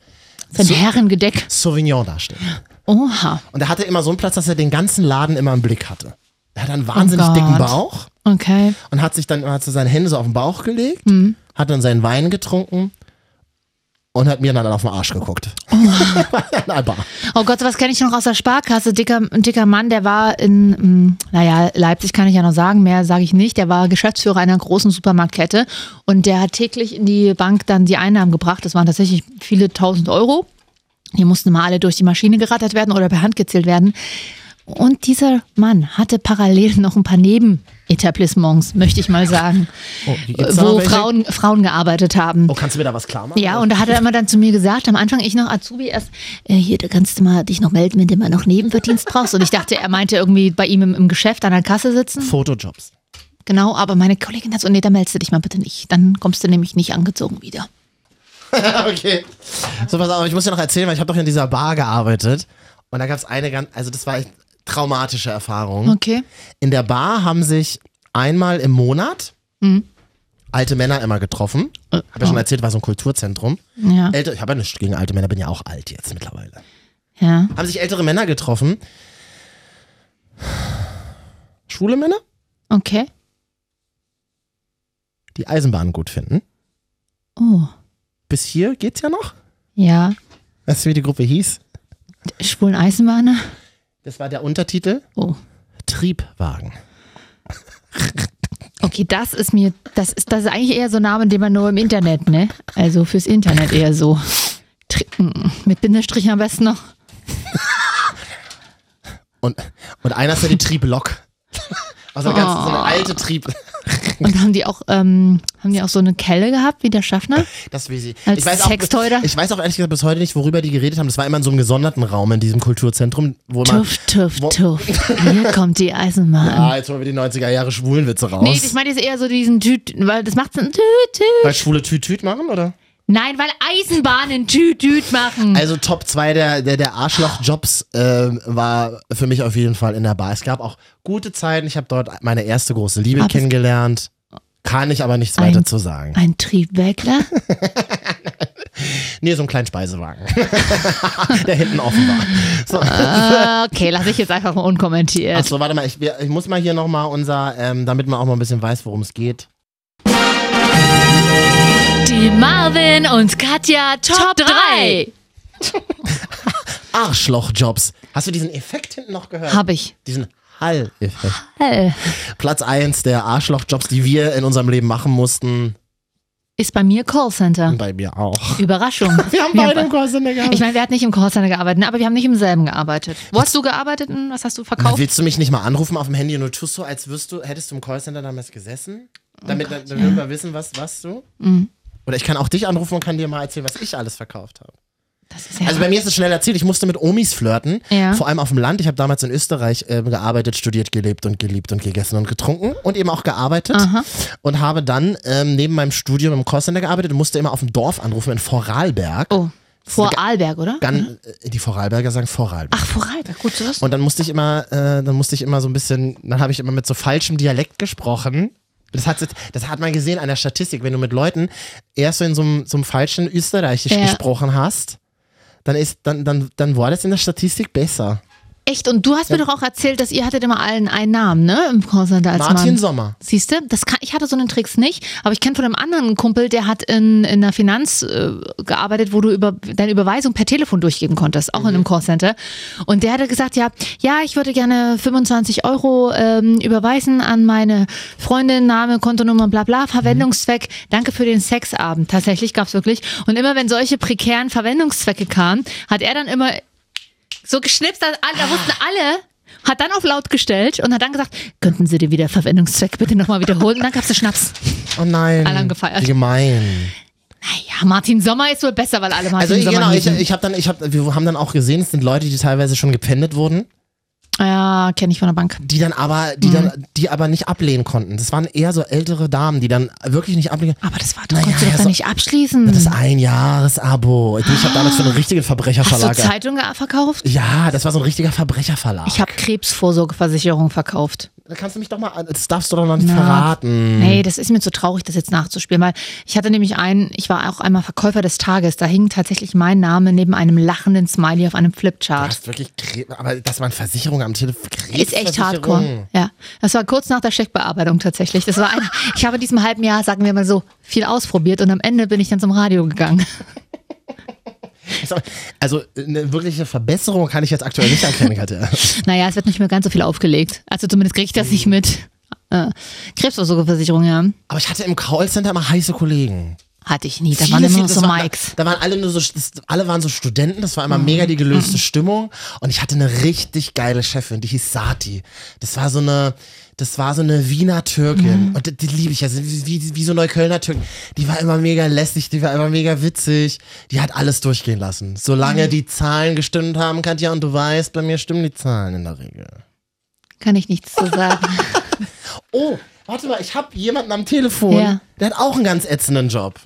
S2: Sein
S1: So-
S2: Herrengedeck.
S1: Sauvignon dastehen.
S2: Oha,
S1: Und er hatte immer so einen Platz, dass er den ganzen Laden immer im Blick hatte. Er hatte einen wahnsinnig
S2: Oh Gott.
S1: dicken Bauch
S2: okay.
S1: und hat sich dann hat so seine Hände so auf den Bauch gelegt,
S2: Mhm.
S1: hat dann seinen Wein getrunken und hat mir dann auf den Arsch geguckt. An der Bar.
S2: Oh Gott, was kenne ich noch aus der Sparkasse? Dicker, ein dicker Mann, der war in, mm, naja, Leipzig kann ich ja noch sagen, mehr sage ich nicht. Der war Geschäftsführer einer großen Supermarktkette und der hat täglich in die Bank dann die Einnahmen gebracht. Das waren tatsächlich viele tausend Euro. Die mussten mal alle durch die Maschine gerattert werden oder per Hand gezählt werden. Und dieser Mann hatte parallel noch ein paar Nebenetablissements, möchte ich mal sagen,
S1: Oh, gibt's da noch
S2: wo
S1: welche?
S2: Frauen, Frauen gearbeitet haben.
S1: Oh, kannst du mir da was klar machen?
S2: Ja, und da hat er immer dann zu mir gesagt, am Anfang ich noch Azubi erst, äh, hier, da kannst du mal dich noch melden, wenn du mal noch Nebenverdienst brauchst. Und ich dachte, er meinte irgendwie bei ihm im, im Geschäft an der Kasse sitzen.
S1: Fotojobs.
S2: Genau, aber meine Kollegin hat so, nee, da meldest du dich mal bitte nicht. Dann kommst du nämlich nicht angezogen wieder.
S1: okay. So, pass auf, ich muss dir noch erzählen, weil ich habe doch in dieser Bar gearbeitet und da gab es eine ganz, also das war echt traumatische Erfahrung.
S2: Okay.
S1: In der Bar haben sich einmal im Monat
S2: Mhm.
S1: alte Männer immer getroffen. Hab
S2: Oh.
S1: ja schon erzählt, war so ein Kulturzentrum.
S2: Ja.
S1: Älter, ich habe ja nichts gegen alte Männer, bin ja auch alt jetzt mittlerweile.
S2: Ja.
S1: Haben sich ältere Männer getroffen. Schwule Männer,
S2: Okay.
S1: die Eisenbahn gut finden.
S2: Oh.
S1: Bis hier geht's ja noch.
S2: Ja.
S1: Weißt du, wie die Gruppe hieß?
S2: Schwulen Eisenbahner?
S1: Das war der Untertitel.
S2: Oh.
S1: Triebwagen.
S2: Okay, das ist mir, das ist, das ist eigentlich eher so ein Name, den man nur im Internet, ne? Also fürs Internet eher so. Tri mm, mit Bindestrich am besten noch.
S1: Und, und einer ist ja die Trieblok. Also eine ganz, so
S2: Oh.
S1: eine alte Trieb.
S2: Und haben die auch, ähm, haben die auch so eine Kelle gehabt, wie der Schaffner?
S1: Das will sie.
S2: Als
S1: ich, weiß
S2: Sexteuter?
S1: auch, ich weiß auch ehrlich gesagt bis heute nicht, worüber die geredet haben. Das war immer in so einem gesonderten Raum in diesem Kulturzentrum, wo man.
S2: Tuff, tuff,
S1: Wo-
S2: tuff. Hier kommt die Eisenbahn.
S1: Ah, jetzt holen wir die 90er Jahre Schwulenwitze raus.
S2: Nee, ich meine jetzt eher so diesen Tüt, weil das macht so ein Tüt, Tüt.
S1: weil Schwule Tütüt machen, oder?
S2: Nein, weil Eisenbahnen Tüt, Tüt machen.
S1: Also Top 2 der, der, der Arschloch-Jobs ähm, war für mich auf jeden Fall in der Bar. Es gab auch gute Zeiten. Ich habe dort meine erste große Liebe
S2: Aber-
S1: kennengelernt. Kann ich aber nichts
S2: Ein-
S1: weiter zu sagen.
S2: Ein Triebwerkler?
S1: Nee, so einen kleinen Speisewagen. der hinten offen war. So.
S2: Ah, okay, lass ich jetzt einfach mal unkommentiert.
S1: Achso, warte mal, ich, wir- ich muss mal hier nochmal unser, ähm, damit man auch mal ein bisschen weiß, worum es geht. Also.
S2: Die Marvin und Katja Top, 3.
S1: Arschlochjobs. Hast du diesen Effekt hinten noch gehört?
S2: Hab ich.
S1: diesen Hall-Effekt.
S2: Äh,
S1: Platz 1 der Arschlochjobs, die wir in unserem Leben machen mussten.
S2: Ist bei mir Callcenter.
S1: Bei mir auch.
S2: Überraschung.
S1: Wir haben beide im Callcenter gehabt.
S2: Ich meine, wir hatten nicht im Callcenter gearbeitet, ne? aber wir haben nicht im selben gearbeitet. Wo hast du gearbeitet? und Was hast du
S1: Na,
S2: verkauft?
S1: willst du mich nicht mal anrufen auf dem Handy und du tust so, als wirst du, hättest du im Callcenter damals gesessen?
S2: Oh
S1: Damit, damit wir wissen, was, was du?
S2: Mhm.
S1: Oder ich kann auch dich anrufen und kann dir mal erzählen, was ich alles verkauft habe.
S2: Das ist ja
S1: Also bei mir ist es schnell erzählt, ich musste mit Omis flirten,
S2: Ja.
S1: vor allem auf dem Land. Ich habe damals in Österreich ähm, gearbeitet, studiert, gelebt und geliebt und gegessen und getrunken und eben auch gearbeitet
S2: Aha.
S1: und habe dann ähm, neben meinem Studium im Callcenter gearbeitet und musste immer auf dem Dorf anrufen in Vorarlberg.
S2: Oh, vor Arlberg, oder?
S1: Dann, äh, die Vorarlberger sagen Vorarlberg.
S2: Ach, vor Arlberg, gut, sowas.
S1: Und dann musste ich immer, äh, dann musste ich immer so ein bisschen, dann habe ich immer mit so falschem Dialekt gesprochen. Das hat, das hat man gesehen an der Statistik, wenn du mit Leuten erst so in so einem, so einem falschen Österreichisch
S2: Ja.
S1: gesprochen hast, dann ist, dann, dann, dann war das in der Statistik besser.
S2: Echt? Und du hast mir doch auch erzählt, dass ihr hattet immer allen einen Namen, ne? Im Callcenter als
S1: Martin
S2: Mann.
S1: Sommer.
S2: Siehst du, das kann, ich hatte so einen Tricks nicht, aber ich kenne von einem anderen Kumpel, der hat in, in der Finanz äh, gearbeitet, wo du über deine Überweisung per Telefon durchgeben konntest, auch
S1: Mhm.
S2: in einem Callcenter. Und der hatte gesagt, ja, ja, ich würde gerne 25 Euro ähm, überweisen an meine Freundin, Name, Kontonummer, bla
S1: Mhm.
S2: bla, Verwendungszweck, danke für den Sexabend. Tatsächlich gab's wirklich. Und immer wenn solche prekären Verwendungszwecke kamen, hat er dann immer so geschnipst, dass alle, da wussten alle, hat dann auf laut gestellt und hat dann gesagt, könnten Sie den Wiederverwendungszweck bitte nochmal wiederholen? Und dann gab's den Schnaps.
S1: Oh nein.
S2: Alle haben gefeiert.
S1: Wie gemein.
S2: Naja, Martin Sommer ist wohl besser, weil alle Martin
S1: Also ich,
S2: Sommer
S1: genau, ich,
S2: hießen.
S1: ich habe dann, ich hab, wir haben dann auch gesehen, es sind Leute, die teilweise schon gepfändet wurden,
S2: ja, kenne ich von der Bank.
S1: die dann aber,
S2: Mhm.
S1: die dann, die aber nicht ablehnen konnten. Das waren eher so ältere Damen, die dann wirklich nicht ablehnen.
S2: Aber das war doch,
S1: Naja,
S2: konntest du doch
S1: ja,
S2: dann
S1: so-
S2: nicht abschließen.
S1: Das Einjahresabo. Ich habe damals für einen richtigen
S2: Hast du
S1: Verbrecherverlag.
S2: Zeitung ge- verkauft?
S1: ja, das war so ein richtiger Verbrecherverlag.
S2: Ich habe Krebsvorsorgeversicherung verkauft.
S1: Da kannst du mich doch mal, an- das darfst du doch noch nicht
S2: Na,
S1: verraten.
S2: Nee, das ist mir zu traurig, das jetzt nachzuspielen, weil ich hatte nämlich einen, ich war auch einmal Verkäufer des Tages, da hing tatsächlich mein Name neben einem lachenden Smiley auf einem
S1: Du
S2: Flipchart.
S1: hast wirklich Krebs, aber dass man Versicherung am Telefon Krebs
S2: Ist echt hardcore.
S1: Versicherung.
S2: Ja. Das war kurz nach der Scheckbearbeitung tatsächlich. Das war ein, ich habe in diesem halben Jahr, sagen wir mal so, viel ausprobiert und am Ende bin ich dann zum Radio gegangen.
S1: Ich sag mal, Also eine wirkliche Verbesserung kann ich jetzt aktuell nicht erkennen, Katja.
S2: Naja, es wird nicht mehr ganz so viel aufgelegt. Also zumindest kriege ich das nicht mit. Äh, Krebsversorgeversicherung, ja.
S1: Aber ich hatte im Callcenter immer heiße Kollegen.
S2: Hatte ich nie. Da
S1: Viele,
S2: waren immer
S1: viele-
S2: noch so
S1: das waren-
S2: Mikes.
S1: Da, waren alle nur so, das, alle waren so Studenten, das war immer mega die gelöste
S2: Mhm.
S1: Stimmung. Und ich hatte eine richtig geile Chefin, die hieß Sati. Das war so eine, das war so eine Wiener Türkin.
S2: Mhm.
S1: Und die, die liebe ich, also wie, wie, wie so Neuköllner Türken. Die war immer mega lässig, die war immer mega witzig. Die hat alles durchgehen lassen.
S2: Mhm.
S1: Solange die Zahlen gestimmt haben, Katja, und du weißt, bei mir stimmen die Zahlen in der Regel.
S2: Kann ich nichts zu sagen.
S1: Oh, warte mal, ich habe jemanden am Telefon,
S2: Ja.
S1: der hat auch einen ganz ätzenden Job.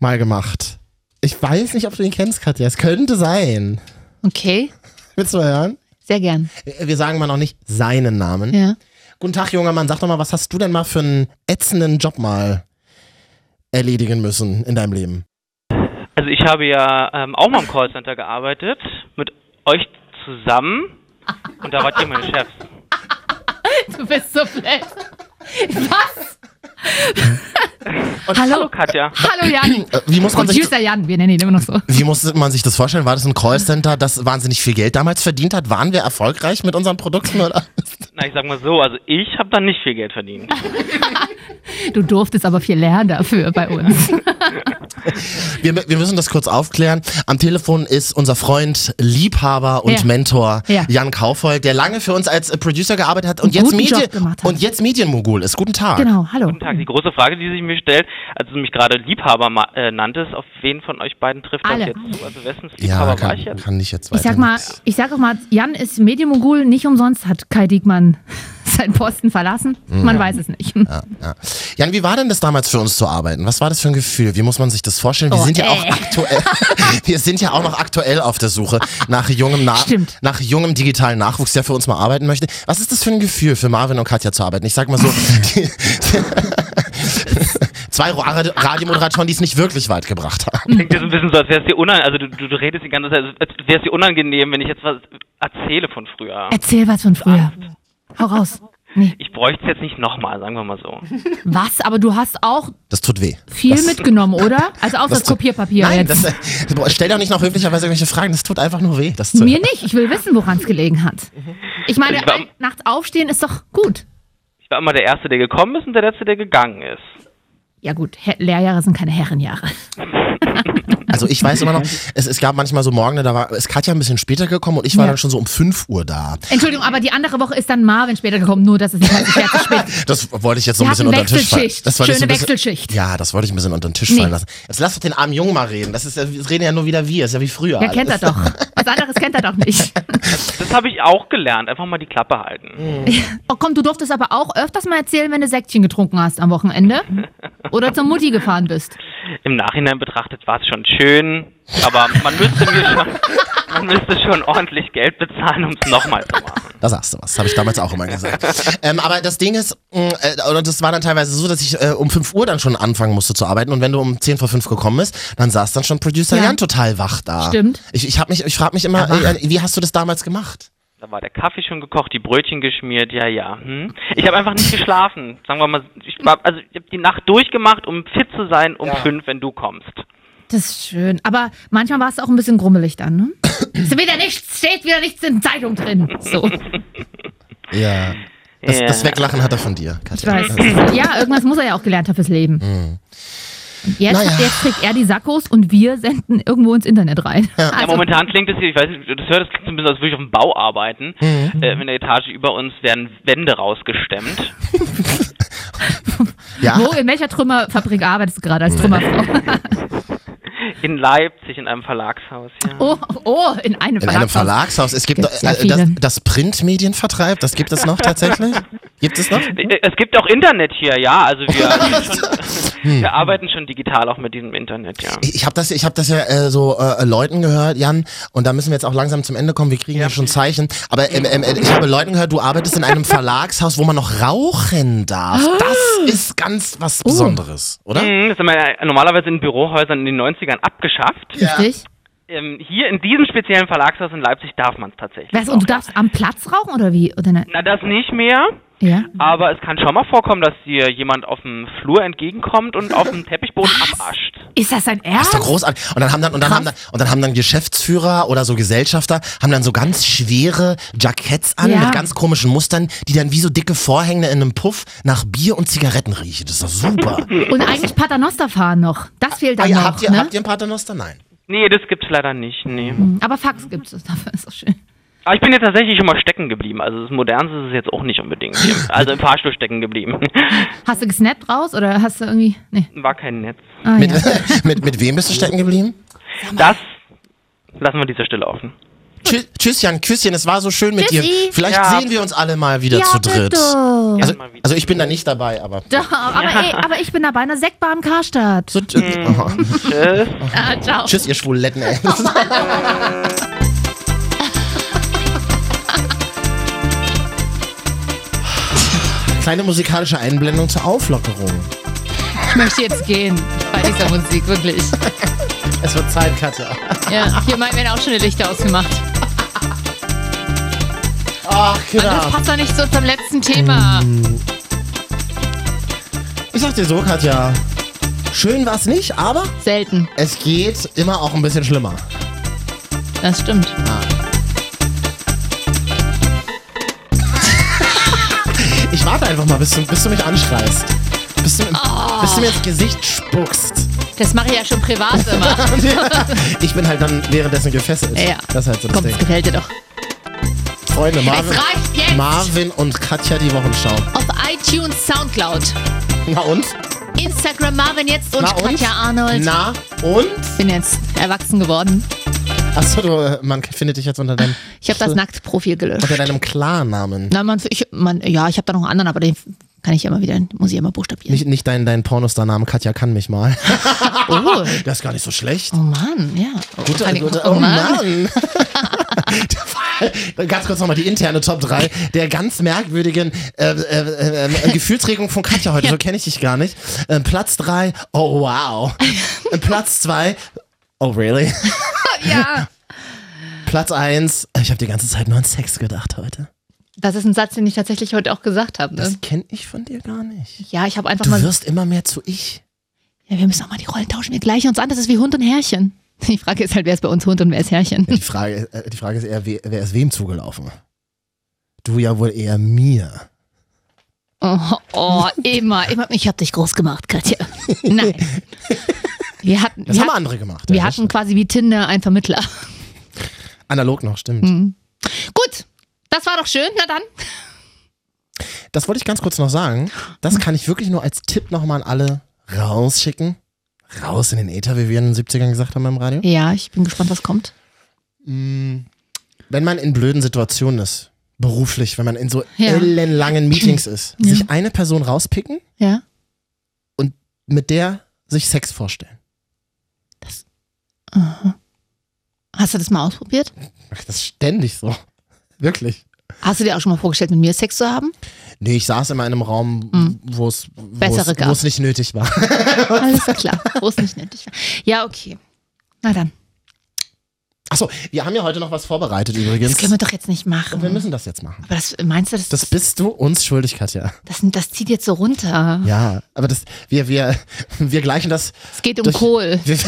S1: Mal gemacht. Ich weiß nicht, ob du ihn kennst, Katja. Es könnte sein.
S2: Okay,
S1: Willst du mal hören? Äh,
S2: sehr gern.
S1: Wir sagen mal noch nicht seinen Namen.
S2: Ja.
S1: Guten Tag, junger Mann. Sag doch mal, was hast du denn mal für einen ätzenden Job mal erledigen müssen in deinem Leben?
S9: Also ich habe ja ähm, auch mal im Callcenter gearbeitet, mit euch zusammen. Und da wart ihr meine Chefs.
S2: Du bist so blöd. Was?
S9: Hallo Katja.
S2: Hallo Jan.
S1: Äh, Wie muss, man
S2: Und
S1: sich,
S2: hier ist der Jan, wir nennen ihn immer noch so.
S1: wie muss man sich das vorstellen? War das ein Callcenter, das wahnsinnig viel Geld damals verdient hat? Waren wir erfolgreich mit unseren Produkten? Oder?
S9: Na, ich sag mal so, also ich habe da nicht viel Geld verdient.
S2: Du durftest aber viel lernen dafür bei uns.
S1: Wir, wir müssen das kurz aufklären. Am Telefon ist unser Freund, Liebhaber und
S2: Ja.
S1: Mentor
S2: Ja.
S1: Jan Kaufhold, der lange für uns als äh, Producer gearbeitet hat und, jetzt,
S2: guten Job
S1: Medien,
S2: gemacht hat.
S1: und jetzt Medienmogul ist. Guten Tag.
S2: genau, hallo.
S9: Guten Tag. Die große Frage, die sich mir stellt, als du mich gerade Liebhaber ma- äh, nanntest, auf wen von euch beiden trifft
S2: Alle.
S9: das jetzt? zu? Also wessen Liebhaber
S1: Ja,
S9: war ich
S1: kann,
S9: jetzt?
S1: kann ich jetzt weiter
S2: Ich sag mal,
S1: nichts.
S2: ich sag auch mal, Jan ist Medienmogul, nicht umsonst hat Kai Diekmann seinen Posten verlassen. Man weiß es nicht.
S1: Mhm. Ja. Jan, wie war denn das damals für uns zu arbeiten? Was war das für ein Gefühl? Wie muss man sich das vorstellen? Wir
S2: Oh,
S1: sind ja
S2: ey.
S1: auch aktuell, wir sind ja auch noch aktuell auf der Suche nach jungem, Na
S2: Stimmt.
S1: nach jungem digitalen Nachwuchs, der für uns mal arbeiten möchte. Was ist das für ein Gefühl für Marvin und Katja zu arbeiten? Ich sag mal so, die, zwei Ra- Radiomoderatoren, die es nicht wirklich weit gebracht haben.
S9: Klingt jetzt ein bisschen so, als wär's dir unangenehm, also du, du, du redest die ganze Zeit, als wär's dir unangenehm, wenn ich jetzt was erzähle von früher.
S2: Erzähl was von früher. Hau raus. Nee,
S9: Ich bräuchte es jetzt nicht nochmal, sagen wir mal so.
S2: was? Aber du hast auch
S1: Das tut weh.
S2: viel mitgenommen, oder? Also auch das, Kopierpapier
S1: Nein,
S2: jetzt.
S1: das, äh, boah, stell doch nicht noch höflicherweise irgendwelche Fragen. Das tut einfach nur weh. Das zu
S2: Mir nicht. Ich will wissen, woran es gelegen hat. Ich meine,
S9: Ich war-
S2: ein- nachts aufstehen ist doch gut.
S9: Ich war immer der Erste, der gekommen ist und der Letzte, der gegangen ist.
S2: Ja gut, He Lehrjahre sind keine Herrenjahre.
S1: Also ich weiß immer noch, es, es gab manchmal so Morgen, da war, ist Katja ein bisschen später gekommen und ich war
S2: Ja.
S1: dann schon so um 5 Uhr da.
S2: Entschuldigung, aber die andere Woche ist dann Marvin später gekommen, nur dass es nicht halt zu spät.
S1: Das wollte ich jetzt so ein
S2: Wir
S1: bisschen unter
S2: hatten
S1: den Tisch fallen.
S2: Wechselschicht.
S1: Das wollte ich so
S2: Schöne
S1: ein bisschen-
S2: Wechselschicht.
S1: Ja, das wollte ich ein bisschen unter den Tisch
S2: Nee.
S1: fallen lassen. Jetzt lass doch den armen Jungen mal reden. Das ist ja, das reden ja nur wieder wir. Ist ja wie früher.
S2: Ja, kennt
S1: alles.
S2: er doch. Was anderes kennt er doch nicht.
S9: Das habe ich auch gelernt, einfach mal die Klappe halten.
S2: Oh komm, du durftest aber auch öfters mal erzählen, wenn du Säckchen getrunken hast am Wochenende. Oder zur Mutti gefahren bist.
S9: Im Nachhinein betrachtet war es schon schön, aber man müsste mir schon, man müsste schon ordentlich Geld bezahlen, um es nochmal zu machen.
S1: Da sagst du was. Das habe ich damals auch immer gesagt. ähm, aber das Ding ist, mh, äh, oder das war dann teilweise so, dass ich äh, um 5 Uhr dann schon anfangen musste zu arbeiten. Und wenn du um 10 vor 5 gekommen bist, dann saß dann schon Producer
S2: Ja.
S1: Jan total wach da.
S2: Stimmt.
S1: Ich, ich, hab mich, ich frage mich immer, äh, wie hast du das damals gemacht?
S9: Da war der Kaffee schon gekocht, die Brötchen geschmiert, ja, ja. Hm? Ich habe einfach nicht geschlafen. Sagen wir mal, ich war, also ich habe die Nacht durchgemacht, um fit zu sein um fünf, wenn du kommst.
S2: Das ist schön. Aber manchmal war es auch ein bisschen grummelig dann, ne? Ist wieder nichts, steht wieder nichts in der Zeitung drin. So.
S1: Ja. Das,
S9: Ja.
S1: das Weglachen hat er von dir,
S2: Ich
S1: Katja.
S2: weiß. Ja, irgendwas muss er ja auch gelernt haben fürs Leben. Und Jetzt,
S1: Naja.
S2: jetzt kriegt er die Sackos und wir senden irgendwo ins Internet rein. Also,
S9: ja, momentan klingt es hier, ich weiß nicht, das hört, das klingt so ein bisschen, als würde ich auf dem Bau arbeiten. Äh, in der Etage über uns werden Wände rausgestemmt.
S1: Ja.
S2: wo, in welcher Trümmerfabrik arbeitest du gerade als Trümmerfrau?
S9: In Leipzig, in einem Verlagshaus, ja.
S2: Oh, oh, in einem
S1: In
S2: Verlag.
S1: einem Verlagshaus. Es gibt
S2: Gibt's
S1: äh,
S2: ja
S1: äh, das,
S2: viele.
S1: das Printmedien vertreibt. Das gibt es noch tatsächlich? Gibt es noch?
S9: Äh, Es gibt auch Internet hier, ja. Also wir, schon, wir arbeiten schon digital auch mit diesem Internet, ja.
S1: Ich habe das, ich hab das ja äh, so äh, Leuten gehört, Jan, und da müssen wir jetzt auch langsam zum Ende kommen. Wir kriegen ja schon Zeichen. Aber ähm, ähm, äh, ich habe Leuten gehört, du arbeitest in einem Verlagshaus, wo man noch rauchen darf.
S2: Ah.
S1: Das ist ganz was Besonderes, oder?
S9: Mhm, Das haben wir ja normalerweise in Bürohäusern in den 90ern abgeschafft.
S2: Richtig?
S9: Ähm, hier in diesem speziellen Verlagshaus in Leipzig darf man es tatsächlich.
S2: Was, und du
S9: auch, ja.
S2: darfst am Platz rauchen oder wie? Oder ne?
S9: Na, das nicht mehr,
S2: Ja.
S9: aber es kann schon mal vorkommen, dass dir jemand auf dem Flur entgegenkommt und auf dem Teppichboden abascht.
S2: Ist das dein
S1: Das ist doch
S2: Ernst?
S1: großartig. Und dann haben dann, und dann haben dann, und dann haben dann Geschäftsführer oder so Gesellschafter haben dann so ganz schwere Jacketts an
S2: Ja.
S1: mit ganz komischen Mustern, die dann wie so dicke Vorhänge in einem Puff nach Bier und Zigaretten riechen. Das ist doch super.
S2: Und eigentlich Paternoster fahren noch. Das fehlt
S1: Ah,
S2: dann
S1: ja,
S2: noch.
S1: habt, ihr,
S2: ne?
S1: habt ihr ein Paternoster? Nein.
S9: Nee, das gibt's leider nicht, nee.
S2: Aber Fax gibt es. Dafür ist doch schön.
S9: Aber ich bin jetzt tatsächlich schon mal stecken geblieben. Also das Modernste ist es jetzt auch nicht unbedingt. Hier. Also im Fahrstuhl stecken geblieben.
S2: Hast du gesnappt raus oder hast du irgendwie. Nee.
S9: War kein Netz.
S2: Ah,
S1: Mit,
S2: ja.
S1: mit, mit wem bist du stecken geblieben?
S9: Das lassen wir an dieser Stelle offen.
S1: Tschü Tschüss, Jan, Küsschen, es war so schön mit
S2: Tschüssi.
S1: dir. Vielleicht
S9: Ja.
S1: sehen wir uns alle mal wieder
S2: Ja,
S1: zu dritt.
S2: bitte.
S1: Also,
S9: mal wieder.
S1: also ich bin da nicht dabei, aber.
S2: Doch, aber, ey, aber ich bin dabei in der Sektbar im Karstadt.
S1: So, tsch-
S2: Hm.
S1: oh.
S9: Tschüss.
S2: Ah, ciao.
S1: Tschüss, ihr Schwuletten, ey.
S2: Oh
S1: Kleine musikalische Einblendung zur Auflockerung.
S2: Ich möchte jetzt gehen bei dieser Musik, wirklich.
S1: Es wird Zeit, Katja.
S2: Ja, hier meinen werden auch schon die Lichter ausgemacht.
S1: Ach,
S2: Das
S1: genau.
S2: passt doch nicht zu unserem letzten Thema.
S1: Ich sag dir so, Katja. Schön war's nicht, aber
S2: Selten.
S1: es geht immer auch ein bisschen schlimmer.
S2: Das stimmt.
S1: Ich warte einfach mal, bis du, bis du mich anschreist. Bis du,
S2: Ah.
S1: bis du mir ins Gesicht spuckst.
S2: Das mache ich ja schon privat immer.
S1: ich bin halt dann währenddessen gefesselt.
S2: Ja.
S1: Das ist halt so das
S2: Komm, das
S1: Ding.
S2: gefällt dir doch.
S1: Freunde, Marvin,
S2: Es reicht jetzt.
S1: Marvin und Katja die Wochenschau.
S2: Auf iTunes, Soundcloud,
S1: Na und?
S2: Instagram Marvin jetzt und
S1: Na und?
S2: Katja Arnold.
S1: Na und?
S2: Bin jetzt erwachsen geworden.
S1: Achso, du, äh, man findet dich jetzt unter deinem,
S2: Ich habe das Nacktprofil gelöscht.
S1: unter deinem Klarnamen.
S2: Na, man, ich, man, ja, ich habe da noch einen anderen, aber den kann ich immer wieder, muss ich immer buchstabieren.
S1: Nicht, nicht dein, dein Pornostar-Name, Katja kann mich mal.
S2: oh,
S1: Das ist gar nicht so schlecht.
S2: oh Mann, ja. Oh,
S1: Gute,
S2: kann ich-
S1: gute,
S2: oh Mann.
S1: ganz kurz nochmal die interne Top 3 der ganz merkwürdigen äh, äh, äh, äh, Gefühlsregung von Katja heute. So kenne ich dich gar nicht. Äh, Platz 3, oh wow. Äh, Platz 2, oh really.
S2: Ja.
S1: Platz 1, ich habe die ganze Zeit nur an Sex gedacht heute.
S2: Das ist ein Satz, den ich tatsächlich heute auch gesagt habe.
S1: Das
S2: Ne?
S1: kenne ich von dir gar nicht.
S2: Ja, ich habe einfach
S1: Du
S2: mal.
S1: wirst immer mehr zu ich.
S2: Ja, wir müssen auch mal die Rollen tauschen. Wir gleichen uns an. Das ist wie Hund und Herrchen. Die Frage ist halt, wer ist bei uns Hund und wer ist Herrchen?
S1: Die Frage, äh, die Frage ist eher, we- wer ist wem zugelaufen? Du ja wohl eher mir.
S2: Oh, oh immer, immer. Ich habe dich groß gemacht, Katja. Nein. Wir hatten,
S1: Das
S2: wir,
S1: haben
S2: hatten-
S1: andere gemacht.
S2: wir
S1: ja,
S2: hatten quasi wie Tinder einen Vermittler. Hm.
S1: Analog noch, stimmt.
S2: Gut, das war doch schön. Na dann.
S1: Das wollte ich ganz kurz noch sagen. Das kann ich wirklich nur als Tipp nochmal an alle rausschicken. Raus in den Äther, wie wir in den 70ern gesagt haben beim Radio.
S2: Ja, ich bin gespannt, was kommt.
S1: Wenn man in blöden Situationen ist, beruflich, wenn man in so
S2: Ja.
S1: ellenlangen Meetings ist,
S2: Ja.
S1: sich eine Person rauspicken,
S2: Ja.
S1: mit der sich Sex vorstellen.
S2: Hast du das mal ausprobiert?
S1: Ach, Das ist ständig so. Wirklich.
S2: Hast du dir auch schon mal vorgestellt, mit mir Sex zu haben?
S1: Nee, ich saß immer in einem Raum,
S2: Mhm.
S1: wo es
S2: Bessere
S1: wo
S2: gab.
S1: es nicht nötig war.
S2: Alles klar. Groß nicht nötig. Ja, okay. Na dann.
S1: Achso, wir haben ja heute noch was vorbereitet übrigens.
S2: Das können wir doch jetzt nicht machen.
S1: Und wir müssen das jetzt machen.
S2: Aber das, meinst du, das,
S1: Das
S2: das,
S1: bist du uns schuldig, Katja.
S2: das, zieht jetzt so runter?
S1: Ja, aber das, wir, wir, wir gleichen das,
S2: Es geht um
S1: Durch-
S2: Kohl.
S1: wir,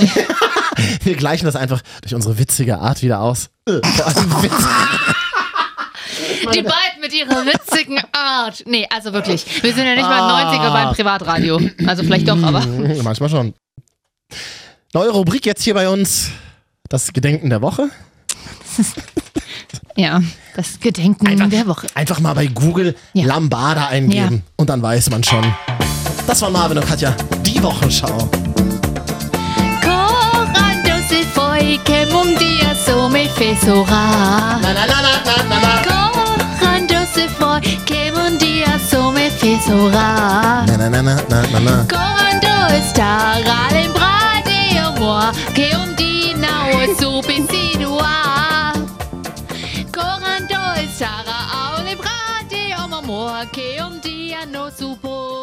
S1: wir gleichen das einfach durch unsere witzige Art wieder aus. Äh, vor allem Witz.
S2: Die beiden mit ihrer witzigen Art. Nee, also wirklich. Wir sind ja nicht mal
S1: Ah. Mhm.
S2: 90er beim Privatradio. Also vielleicht doch, aber.
S1: Manchmal schon. Neue Rubrik jetzt hier bei uns. Das Gedenken der Woche.
S2: Ja, das Gedenken der Woche.
S1: Einfach mal bei Google
S2: Ja.
S1: Lambada eingeben
S2: Ja.
S1: und dann weiß man schon. Das war Marvin und Katja, die Wochenschau.
S2: Corando se foi que un día so me fez orar.
S1: Na, na, na, na, na, na, na.
S2: Corando se foi que un día so me fez orar.
S1: Na, na, na, na, na, na, na.
S2: Corando está a lembrar de amor que um dia não soube insinuar. Corando está a lembrar de um amor que um dia não supo